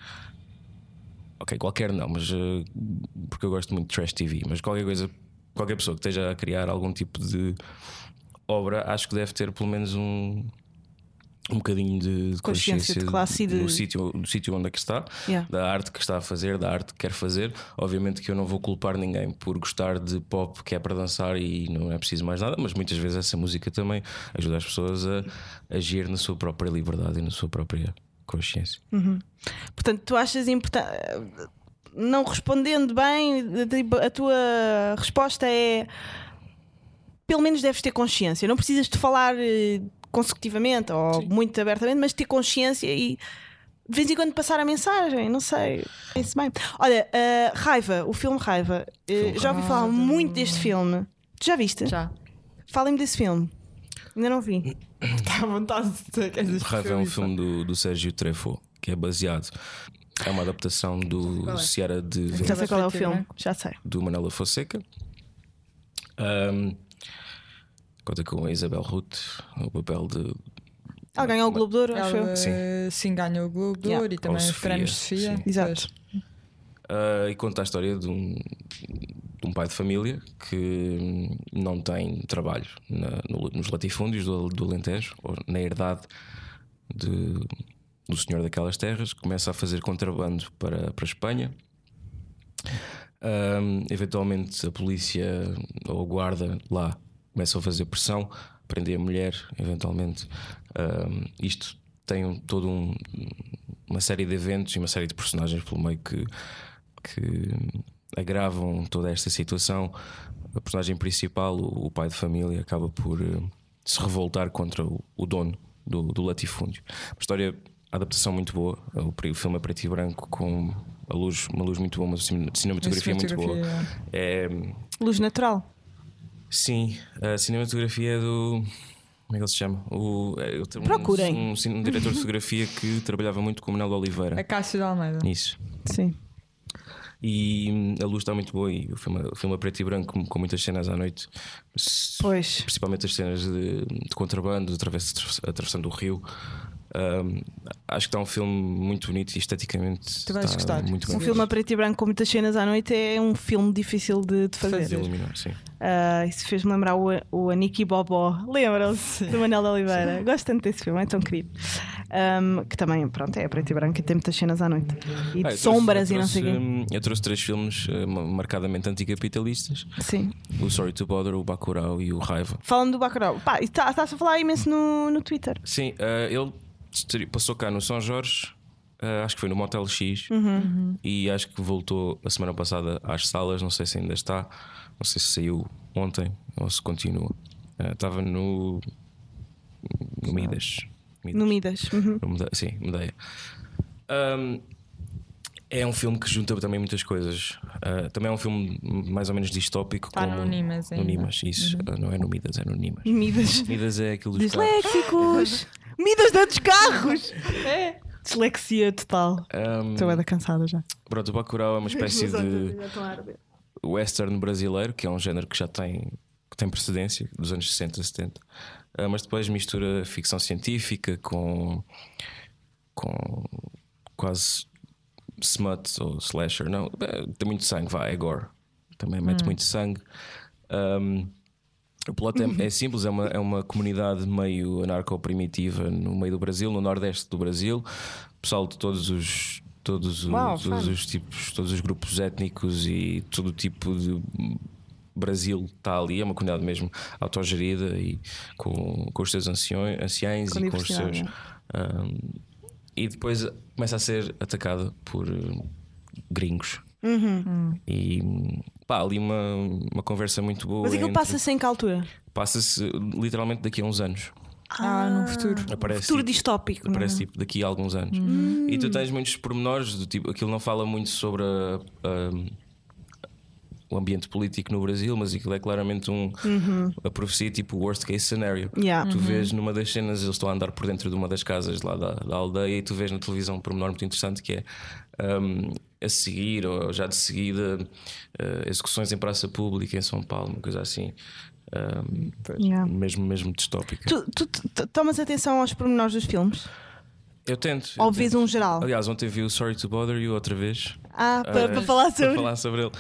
[SPEAKER 4] Ok, qualquer não, mas eh, porque eu gosto muito de trash TV, mas qualquer coisa, qualquer pessoa que esteja a criar algum tipo de obra, acho que deve ter pelo menos um um bocadinho de, de
[SPEAKER 2] Consciência de classe e de-
[SPEAKER 4] do sítio do sítio onde é que está,
[SPEAKER 2] Yeah.
[SPEAKER 4] da arte que está a fazer, da arte que quer fazer. Obviamente que eu não vou culpar ninguém por gostar de pop que é para dançar e não é preciso mais nada, mas muitas vezes essa música também ajuda as pessoas a agir na sua própria liberdade e na sua própria consciência.
[SPEAKER 2] Portanto, tu achas importante. Não respondendo bem, tipo, a tua resposta é. Pelo menos deves ter consciência. Não precisas de falar eh, consecutivamente ou muito abertamente, mas ter consciência e. De vez em quando passar a mensagem, não sei. É Isso bem. Olha, eh, Raiva, o filme Raiva. Eh,
[SPEAKER 4] Filme
[SPEAKER 2] já ouvi falar muito deste filme. Tu já viste? [laughs]
[SPEAKER 3] Já.
[SPEAKER 2] Falem-me desse filme. Ainda não vi.
[SPEAKER 3] Está à vontade de dizer que és
[SPEAKER 4] Raiva é um filme do, do Sérgio Treffaut que é baseado. É uma adaptação do Seara de
[SPEAKER 2] Já
[SPEAKER 4] Vento,
[SPEAKER 2] é? sei qual é o filme. Já sei.
[SPEAKER 4] do Manela Fonseca. Ahm, conta com a Isabel Ruth, o papel de.
[SPEAKER 2] Ela ganhou é o Globo de Ouro, acho eu.
[SPEAKER 3] Ela, Eh, sim. ganha o Globo de
[SPEAKER 2] Yeah.
[SPEAKER 3] Ouro e também
[SPEAKER 4] Ou
[SPEAKER 3] o
[SPEAKER 4] Sofia,
[SPEAKER 3] Prémio Sofia.
[SPEAKER 4] sim.
[SPEAKER 2] Exato.
[SPEAKER 4] Ah, e conta a história de um, de um pai de família que hum, não tem trabalho na- no- nos latifúndios do, do Alentejo, ou na herdade de- do senhor daquelas terras, começa a fazer contrabando para, para a Espanha. Ahm, eventualmente a polícia ou a guarda lá começam a fazer pressão, prender a mulher, eventualmente. Ahm, isto tem um, todo um- uma série de eventos e uma série de personagens pelo meio que, que agravam toda esta situação. A personagem principal, o, o pai de família, acaba por eh, se revoltar contra o, o dono do, do latifúndio. Uma história, a adaptação muito boa, o, pre- o filme é preto e branco com a luz, uma luz muito boa, uma cin- cinematografia muito boa.
[SPEAKER 3] Cinematografia.
[SPEAKER 4] É,
[SPEAKER 2] Luz Natural.
[SPEAKER 4] sim, a cinematografia do. Como é que ele se chama? O, é, eu tenho um-
[SPEAKER 2] Procurem.
[SPEAKER 4] Um, cin- um diretor de fotografia que trabalhava muito com o Manuel
[SPEAKER 3] é A
[SPEAKER 4] Oliveira.
[SPEAKER 3] Cássio de Almeida.
[SPEAKER 4] Isso.
[SPEAKER 2] Sim.
[SPEAKER 4] E hum, a luz está muito boa e o filme, o filme é preto e branco, com- com muitas cenas à noite. S-
[SPEAKER 2] Pois.
[SPEAKER 4] Principalmente as cenas de, de contrabando, de através- atravessando o rio. Hum, acho que está um filme muito bonito e esteticamente
[SPEAKER 3] Tu vais
[SPEAKER 4] está
[SPEAKER 3] gostar.
[SPEAKER 4] muito
[SPEAKER 2] Um
[SPEAKER 4] bem.
[SPEAKER 2] filme a preto e branco com muitas cenas à noite é um filme difícil de, de fazer.
[SPEAKER 4] De iluminar, sim.
[SPEAKER 2] Ah, isso fez-me lembrar o, o Aniki Bobó. Lembram-se? Do Manel de Oliveira. Gosto tanto desse filme, é tão querido. Ahm, que também, pronto, é a preto e branco e tem muitas cenas à noite. E de
[SPEAKER 4] Ah, eu trouxe-
[SPEAKER 2] sombras
[SPEAKER 4] eu
[SPEAKER 2] e não sei
[SPEAKER 4] trouxe,
[SPEAKER 2] o quê.
[SPEAKER 4] hum, Eu trouxe três filmes eh, ma- marcadamente anticapitalistas:
[SPEAKER 2] Sim.
[SPEAKER 4] o Sorry to Bother, o Bacurau e o Raiva.
[SPEAKER 2] Falando do Bacurau. Pá, e tá- estás a falar imenso no, no Twitter.
[SPEAKER 4] Sim, eh, ele estri- passou cá no São Jorge, eh, acho que foi no Motel X,
[SPEAKER 2] Uhum.
[SPEAKER 4] e acho que voltou a semana passada às salas. Não sei se ainda está, não sei se saiu ontem ou se continua. Eh, Estava no. no Midas. Midas.
[SPEAKER 2] No Midas. Uhum.
[SPEAKER 4] Eu mudei- sim, mudei. Ahm, é um filme que junta também muitas coisas. Ah, também é um filme mais ou menos distópico.
[SPEAKER 3] Tá no Nimas
[SPEAKER 4] No
[SPEAKER 3] ainda.
[SPEAKER 4] Nimas, isso. Ah, não é no Midas, é no Nimas.
[SPEAKER 2] Midas.
[SPEAKER 4] Midas é aquilo dos carros.
[SPEAKER 2] Disléxicos! [laughs] Midas dá dos carros! [laughs] É. Dislexia total.
[SPEAKER 4] Ahm,
[SPEAKER 2] Estou bem cansada já.
[SPEAKER 4] pronto, o Bacurau é uma espécie de western brasileiro, que é um género que já tem, que tem precedência dos anos 60, 70, Ah, mas depois mistura ficção científica com, com quase smut ou slasher. Não, eh, tem muito sangue, vá, é gore. Também mete
[SPEAKER 3] Hum.
[SPEAKER 4] muito sangue. Ahm, o plot
[SPEAKER 3] [laughs]
[SPEAKER 4] é, é simples, é uma, é uma comunidade meio anarco-primitiva no meio do Brasil, no nordeste do Brasil, pessoal de todos os. Todos, os-
[SPEAKER 3] Uau,
[SPEAKER 4] todos
[SPEAKER 3] fun.
[SPEAKER 4] os tipos, todos os grupos étnicos e todo o tipo de hum, Brasil está ali, é uma comunidade mesmo autogerida e com, com os seus anciões, anciães
[SPEAKER 2] Com
[SPEAKER 4] e com os
[SPEAKER 2] diversidade,
[SPEAKER 4] seus. hum, e depois começa a ser atacada por hum, gringos.
[SPEAKER 2] Uhum.
[SPEAKER 4] E pá, ali uma, uma conversa muito boa.
[SPEAKER 2] Mas aquilo
[SPEAKER 4] entre-
[SPEAKER 2] passa-se em que altura?
[SPEAKER 4] Passa-se literalmente daqui a uns anos.
[SPEAKER 3] Ah, no futuro.
[SPEAKER 4] Aparece,
[SPEAKER 2] Futuro
[SPEAKER 4] tipo,
[SPEAKER 2] distópico. não é?
[SPEAKER 4] aparece tipo daqui a alguns anos.
[SPEAKER 2] Hum.
[SPEAKER 4] E tu tens muitos pormenores do tipo, aquilo não fala muito sobre a- a- o ambiente político no Brasil, mas aquilo é claramente um a profecia tipo worst case scenario.
[SPEAKER 2] Uhum. Yeah. Uhum.
[SPEAKER 4] Tu vês numa das cenas, eles estão a andar por dentro de uma das casas lá da, da aldeia e tu vês na televisão um pormenor muito interessante que é hum, a seguir ou já de seguida eh, execuções em praça pública em São Paulo, uma coisa assim. Hum,
[SPEAKER 2] Yeah.
[SPEAKER 4] Mesmo, mesmo distópica.
[SPEAKER 2] Tu, tu- tu- tu tomas atenção aos pormenores dos filmes?
[SPEAKER 4] Eu tento. eu
[SPEAKER 2] Ou vês
[SPEAKER 4] tento.
[SPEAKER 2] um geral?
[SPEAKER 4] Aliás, ontem vi o Sorry to Bother You outra vez.
[SPEAKER 2] Ah, para,
[SPEAKER 4] Ah,
[SPEAKER 2] para falar
[SPEAKER 4] Para
[SPEAKER 2] sobre.
[SPEAKER 4] falar sobre ele.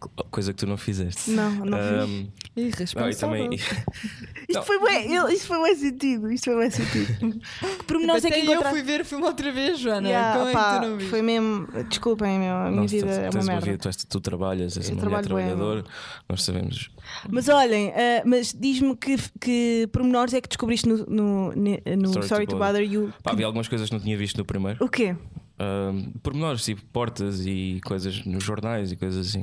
[SPEAKER 4] Co- Coisa que tu não fizeste.
[SPEAKER 2] Não, não fiz.
[SPEAKER 4] Ahm, ah, e
[SPEAKER 3] Irresponsável.
[SPEAKER 4] também.
[SPEAKER 2] Isto
[SPEAKER 4] não.
[SPEAKER 2] foi bem, eu- isto foi bem sentido. Isto foi bem sentido.
[SPEAKER 4] [laughs]
[SPEAKER 2] Que pormenores é
[SPEAKER 3] Até
[SPEAKER 2] que
[SPEAKER 3] eu
[SPEAKER 2] encontraste?
[SPEAKER 3] fui ver o filme outra vez, Joana.
[SPEAKER 2] Yeah,
[SPEAKER 3] Como é
[SPEAKER 2] pá,
[SPEAKER 3] que tu não viste?
[SPEAKER 2] foi mesmo. Desculpem, meu,
[SPEAKER 4] [laughs]
[SPEAKER 2] a minha
[SPEAKER 4] Nós
[SPEAKER 2] vida
[SPEAKER 4] temos-
[SPEAKER 2] é uma
[SPEAKER 4] tens uma
[SPEAKER 2] merda.
[SPEAKER 4] vida, tu, és- tu trabalhas, és
[SPEAKER 2] Eu
[SPEAKER 4] uma mulher
[SPEAKER 2] trabalho bem,
[SPEAKER 4] trabalhadora, nós sabemos.
[SPEAKER 2] Mas olhem, ah, mas diz-me que, que pormenores é que descobriste no, no, ne- no
[SPEAKER 4] Sorry
[SPEAKER 2] Sorry,
[SPEAKER 4] to
[SPEAKER 2] to
[SPEAKER 4] Bother.
[SPEAKER 2] Bother You.
[SPEAKER 4] Pá, vi algumas coisas que não tinha visto no primeiro.
[SPEAKER 2] O quê?
[SPEAKER 4] Ahm, pormenores, tipo portas e coisas nos jornais e coisas assim.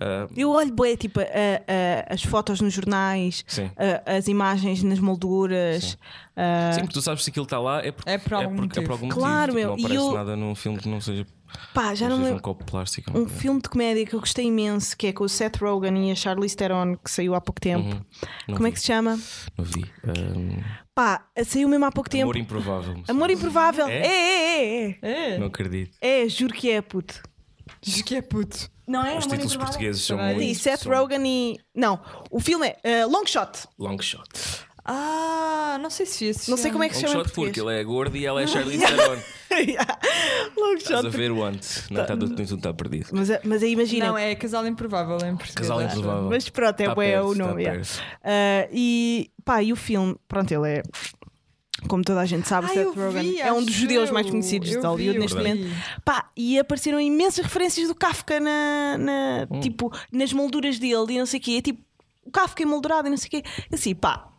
[SPEAKER 4] Ah,
[SPEAKER 2] Eu olho bem, tipo, a- a- as fotos nos jornais,
[SPEAKER 4] Sim.
[SPEAKER 2] a- as imagens nas molduras.
[SPEAKER 4] Sim.
[SPEAKER 2] ah,
[SPEAKER 4] Sempre que tu sabes se aquilo está lá é, por,
[SPEAKER 3] É por algum
[SPEAKER 4] porque- é por algum motivo.
[SPEAKER 2] Claro,
[SPEAKER 4] Tipo,
[SPEAKER 2] meu,
[SPEAKER 4] Não
[SPEAKER 2] e
[SPEAKER 4] aparece
[SPEAKER 2] eu-
[SPEAKER 4] nada num filme que não seja,
[SPEAKER 2] pá, já
[SPEAKER 4] não
[SPEAKER 2] não
[SPEAKER 4] seja
[SPEAKER 2] me
[SPEAKER 4] um copo de plástico.
[SPEAKER 2] um filme de comédia que eu gostei imenso, que é com o Seth Rogen e a Charlize Theron, que saiu há pouco tempo.
[SPEAKER 4] Uhum, Não
[SPEAKER 2] Como é
[SPEAKER 4] vi.
[SPEAKER 2] que se chama?
[SPEAKER 4] Não vi. Ahm,
[SPEAKER 2] Pá, saiu mesmo há pouco tempo.
[SPEAKER 4] Amor improvável.
[SPEAKER 2] Amor Improvável.
[SPEAKER 4] É?
[SPEAKER 2] É, é, é, é.
[SPEAKER 3] É.
[SPEAKER 4] Não acredito.
[SPEAKER 2] É, juro que é, puto.
[SPEAKER 3] Diz que é puto.
[SPEAKER 2] Não é?
[SPEAKER 4] Os
[SPEAKER 2] Amor
[SPEAKER 4] títulos
[SPEAKER 2] Improvável?
[SPEAKER 4] portugueses são
[SPEAKER 3] Espera aí.
[SPEAKER 4] muito.
[SPEAKER 2] E Seth
[SPEAKER 4] são
[SPEAKER 2] Rogen e. Não, o filme é uh, Long Shot.
[SPEAKER 4] Long shot.
[SPEAKER 3] Ah, não sei se vi esse
[SPEAKER 2] Não sei
[SPEAKER 3] filme.
[SPEAKER 2] como é que é se
[SPEAKER 4] Long
[SPEAKER 2] chama em
[SPEAKER 4] shot
[SPEAKER 2] português.
[SPEAKER 4] porque
[SPEAKER 2] [laughs]
[SPEAKER 4] ele é gordo e ela é Charlize Theron.
[SPEAKER 2] Long
[SPEAKER 4] Estás a
[SPEAKER 2] Shot.
[SPEAKER 4] ver o ante. Não está tudo está tá perdido.
[SPEAKER 2] Tá. Mas, eh, mas aí imagina.
[SPEAKER 3] Não, é Casal Improvável em português.
[SPEAKER 4] Casal
[SPEAKER 3] acho.
[SPEAKER 4] improvável.
[SPEAKER 2] Mas pronto, é
[SPEAKER 4] Tá
[SPEAKER 2] bué
[SPEAKER 4] perto,
[SPEAKER 2] o
[SPEAKER 4] tá
[SPEAKER 2] nome. é.
[SPEAKER 4] perto.
[SPEAKER 2] Uh, e pá, e o filme, pronto, ele é. Como toda a gente sabe,
[SPEAKER 3] Ah, eu
[SPEAKER 2] Seth
[SPEAKER 3] vi,
[SPEAKER 2] Rogen é um
[SPEAKER 3] acho
[SPEAKER 2] dos judeus mais
[SPEAKER 3] eu.
[SPEAKER 2] conhecidos de
[SPEAKER 3] Eu vi,
[SPEAKER 2] Hollywood
[SPEAKER 3] eu
[SPEAKER 2] neste
[SPEAKER 3] vi.
[SPEAKER 2] momento. Pá, e apareceram imensas referências do Kafka na, na- tipo, nas molduras dele e não sei o quê. É tipo, o Kafka emoldurado e não sei o quê. Assim, pá,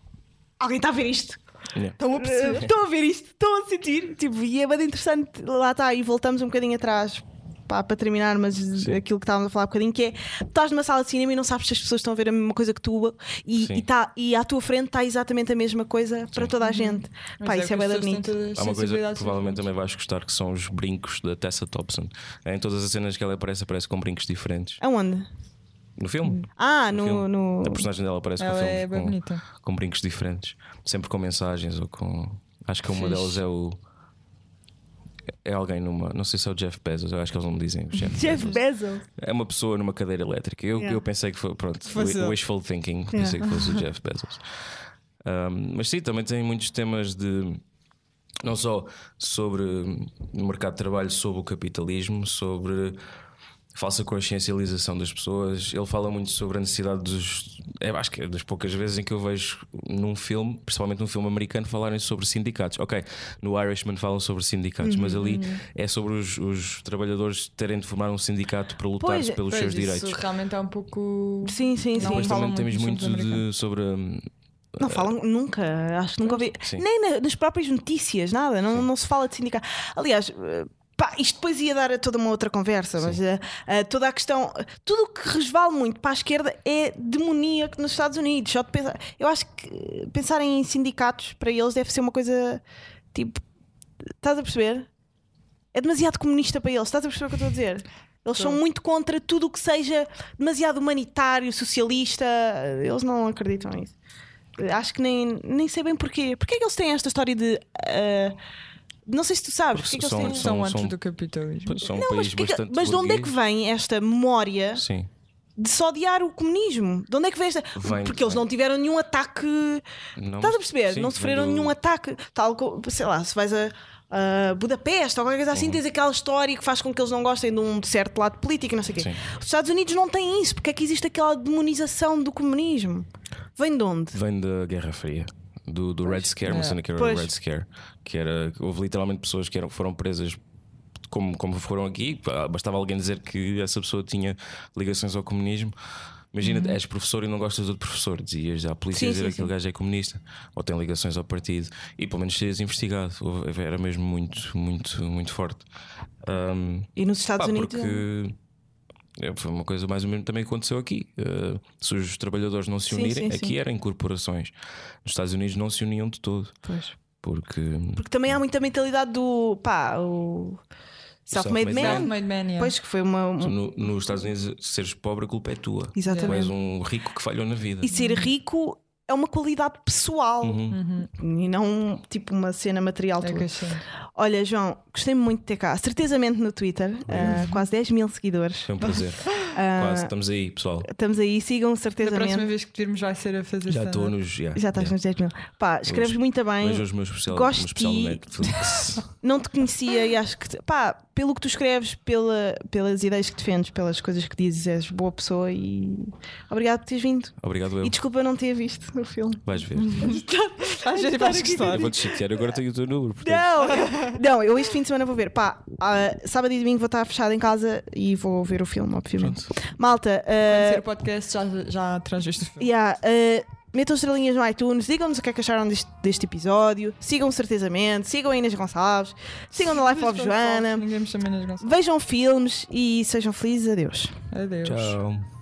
[SPEAKER 2] alguém está a ver isto?
[SPEAKER 4] Yeah.
[SPEAKER 3] Estão a perceber.
[SPEAKER 2] Eh, Estão a ver isto? Estão a sentir? Tipo, e é bem interessante. Lá está, e voltamos um bocadinho atrás pá, para terminar, mas aquilo que estávamos a falar há bocadinho, que é tu estás numa sala de cinema e não sabes se as pessoas estão a ver a mesma coisa que tu e,
[SPEAKER 4] Sim.
[SPEAKER 2] e, tá- e à tua frente está exatamente a mesma coisa para toda a gente.
[SPEAKER 3] Mas
[SPEAKER 2] Pá,
[SPEAKER 3] é
[SPEAKER 2] isso é
[SPEAKER 3] porque
[SPEAKER 2] bem
[SPEAKER 3] as pessoas têm
[SPEAKER 2] bonito.
[SPEAKER 3] todas as
[SPEAKER 4] Há uma coisa que
[SPEAKER 3] sensibilidades
[SPEAKER 4] provavelmente também vais gostar que são os brincos da Tessa Thompson. Em todas as cenas que ela aparece, aparece com brincos
[SPEAKER 2] Ah.
[SPEAKER 4] diferentes.
[SPEAKER 2] Aonde?
[SPEAKER 4] No filme?
[SPEAKER 2] Ah, no.
[SPEAKER 4] filme.
[SPEAKER 2] no...
[SPEAKER 4] A personagem dela aparece
[SPEAKER 3] Ela
[SPEAKER 4] com filmes
[SPEAKER 3] é bem
[SPEAKER 4] com,
[SPEAKER 3] bonita.
[SPEAKER 4] com brincos diferentes, sempre com mensagens ou com. Acho que uma
[SPEAKER 3] Fixe.
[SPEAKER 4] delas é o. É alguém numa. Não sei se é o Jeff Bezos, eu acho que eles não me dizem. o
[SPEAKER 3] [laughs]
[SPEAKER 4] Jeff
[SPEAKER 2] Jeff
[SPEAKER 4] Bezos.
[SPEAKER 2] Bezos.
[SPEAKER 4] É uma pessoa numa cadeira elétrica. Eu,
[SPEAKER 2] Yeah.
[SPEAKER 4] eu pensei que foi. Pronto,
[SPEAKER 3] Fosse ele.
[SPEAKER 4] wishful thinking. Pensei
[SPEAKER 3] [laughs]
[SPEAKER 4] que fosse o Jeff Bezos. Um, mas sim, também tem muitos temas de. Não só sobre hum, o mercado de trabalho, sobre o capitalismo, sobre a falsa consciencialização das pessoas. Ele fala muito sobre a necessidade dos. É, acho que é das poucas vezes em que eu vejo num filme, principalmente num filme americano, falarem sobre sindicatos. Ok, no Irishman falam sobre sindicatos, mas ali
[SPEAKER 2] Uhum.
[SPEAKER 4] é sobre os, os trabalhadores terem de formar um sindicato para lutar
[SPEAKER 2] Pois é,
[SPEAKER 4] pelos
[SPEAKER 3] Pois,
[SPEAKER 4] seus
[SPEAKER 3] isso
[SPEAKER 4] direitos.
[SPEAKER 3] realmente é um pouco.
[SPEAKER 2] Sim, sim, sim.
[SPEAKER 3] Não
[SPEAKER 4] Depois
[SPEAKER 3] falam
[SPEAKER 4] também temos
[SPEAKER 3] muito
[SPEAKER 4] muito
[SPEAKER 3] sobre
[SPEAKER 4] de, sobre. hum,
[SPEAKER 2] Não falam nunca, acho que nunca ouvi.
[SPEAKER 4] Sim.
[SPEAKER 2] Nem na- nas próprias notícias, nada, não, não se fala de sindicato. Aliás, eh, pá, isto depois ia dar a toda uma outra conversa, mas eh, eh, toda a questão, tudo o que resvale muito para a esquerda é demoníaco nos Estados Unidos. Só de pensar, eu acho que eh, pensar em sindicatos para eles deve ser uma coisa tipo. Estás a perceber? É demasiado comunista para eles, estás a perceber o que eu estou a dizer? Eles são muito contra tudo o que seja demasiado humanitário, socialista. Eles não acreditam nisso. Acho que nem, nem sei bem porquê. Porquê é que eles têm esta história de. ah, não sei se tu sabes. Porquê é que eles
[SPEAKER 4] são-
[SPEAKER 2] têm...
[SPEAKER 3] São
[SPEAKER 4] são-
[SPEAKER 3] antes
[SPEAKER 4] são-
[SPEAKER 3] do capitalismo.
[SPEAKER 4] pois, são um
[SPEAKER 2] Não, mas,
[SPEAKER 4] país
[SPEAKER 2] porquê que-
[SPEAKER 4] bastante.
[SPEAKER 2] mas de onde é que
[SPEAKER 4] burguês.
[SPEAKER 2] vem esta memória
[SPEAKER 4] Sim.
[SPEAKER 2] de se odiar o comunismo? De onde é que vem esta.
[SPEAKER 4] Vem-
[SPEAKER 2] Porque eles
[SPEAKER 4] vem.
[SPEAKER 2] não tiveram nenhum ataque.
[SPEAKER 4] Não,
[SPEAKER 2] Estás a
[SPEAKER 4] mas-
[SPEAKER 2] perceber?
[SPEAKER 4] sim,
[SPEAKER 2] não sofreram
[SPEAKER 4] vem do-
[SPEAKER 2] nenhum ataque. Tal como, sei lá, se vais a. a Budapeste ou qualquer coisa
[SPEAKER 4] Uhum.
[SPEAKER 2] assim, tens aquela história que faz com que eles não gostem de um certo lado político e não sei o quê.
[SPEAKER 4] Sim.
[SPEAKER 2] Os Estados Unidos não têm isso, porque é que existe aquela demonização do comunismo? Vem de onde?
[SPEAKER 4] Vem da Guerra Fria. Do, do Red Scare, uma
[SPEAKER 3] É.
[SPEAKER 4] cena que era
[SPEAKER 2] Pois.
[SPEAKER 4] o Red Scare, que era. Houve literalmente pessoas que eram, foram presas como, como foram aqui. pá, Bastava alguém dizer que essa pessoa tinha ligações ao comunismo. Imagina, és professor e não gostas do outro professor, dizias à polícia
[SPEAKER 2] Uhum. Sim,
[SPEAKER 4] dizer
[SPEAKER 2] sim,
[SPEAKER 4] aquele
[SPEAKER 2] sim.
[SPEAKER 4] gajo é comunista ou tem ligações ao partido e pelo menos serias investigado. Houve- Era mesmo muito, muito, muito forte. Ahm,
[SPEAKER 2] E nos Estados
[SPEAKER 4] Pá,
[SPEAKER 2] Unidos. um-
[SPEAKER 4] porque é, foi uma coisa mais ou menos também que aconteceu aqui. Uh, se os trabalhadores não se
[SPEAKER 2] Sim,
[SPEAKER 4] unirem,
[SPEAKER 2] sim,
[SPEAKER 4] aqui
[SPEAKER 2] sim.
[SPEAKER 4] eram em corporações. Nos Estados Unidos não se uniam de todo. Porque.
[SPEAKER 2] Porque também há muita mentalidade do pá, o self-made
[SPEAKER 4] Self-made
[SPEAKER 2] man.
[SPEAKER 4] man.
[SPEAKER 3] Self-made man, yeah.
[SPEAKER 2] Pois que foi uma. um-
[SPEAKER 4] no- nos Estados Unidos, seres pobre, a culpa é tua. Tu és
[SPEAKER 2] Exatamente.
[SPEAKER 4] um rico que falhou na vida.
[SPEAKER 2] E ser rico é uma qualidade pessoal
[SPEAKER 4] Uhum.
[SPEAKER 2] e não tipo uma cena material.
[SPEAKER 3] Uhum. É
[SPEAKER 2] tua.
[SPEAKER 3] que eu achei.
[SPEAKER 2] Olha, João, gostei muito de ter cá, certezamente no Twitter, ah, quase 10 eh, mil seguidores.
[SPEAKER 4] Foi um prazer.
[SPEAKER 2] Ah,
[SPEAKER 4] Quase, estamos aí, pessoal.
[SPEAKER 2] Estamos aí, sigam
[SPEAKER 3] Da próxima
[SPEAKER 2] certezamente.
[SPEAKER 3] vez que te virmos vai ser a fazer
[SPEAKER 4] Já estou
[SPEAKER 3] stand-up.
[SPEAKER 4] nos. Yeah,
[SPEAKER 2] Já estás
[SPEAKER 4] yeah.
[SPEAKER 2] nos 10 mil. Pá, escreves
[SPEAKER 4] Hoje-
[SPEAKER 2] muito bem.
[SPEAKER 4] Vejam os meus especial,
[SPEAKER 2] Gosto
[SPEAKER 4] um especial
[SPEAKER 2] de
[SPEAKER 4] no
[SPEAKER 2] ti.
[SPEAKER 4] Netflix.
[SPEAKER 2] [laughs] Não te conhecia e acho que, te- pá, pelo que tu escreves, pela, pelas ideias que defendes, pelas coisas que dizes, és boa pessoa e obrigado por teres vindo.
[SPEAKER 4] Obrigado, eu.
[SPEAKER 2] E desculpa não ter visto o filme.
[SPEAKER 4] Vais
[SPEAKER 2] [laughs]
[SPEAKER 4] ver.
[SPEAKER 3] Às vezes vais gostar.
[SPEAKER 4] Eu vou te chatear, eu agora tenho o teu número. Portanto,
[SPEAKER 2] Não,
[SPEAKER 4] [laughs]
[SPEAKER 2] eu- não, eu este fim de semana vou ver. Pá, ah, sábado e domingo vou estar fechada em casa e vou ver o filme, obviamente. Malta, ah,
[SPEAKER 3] Ser o podcast já, já transiste o filme.
[SPEAKER 2] Yeah, uh, metam estrelinhas no iTunes, digam-nos o que é que acharam deste, deste episódio, sigam certezamente, sigam a Inês Gonçalves, sigam na Life of Joana,
[SPEAKER 3] Ninguém me chama Inês Gonçalves.
[SPEAKER 2] vejam filmes e sejam felizes. Adeus.
[SPEAKER 3] Adeus.
[SPEAKER 4] Tchau.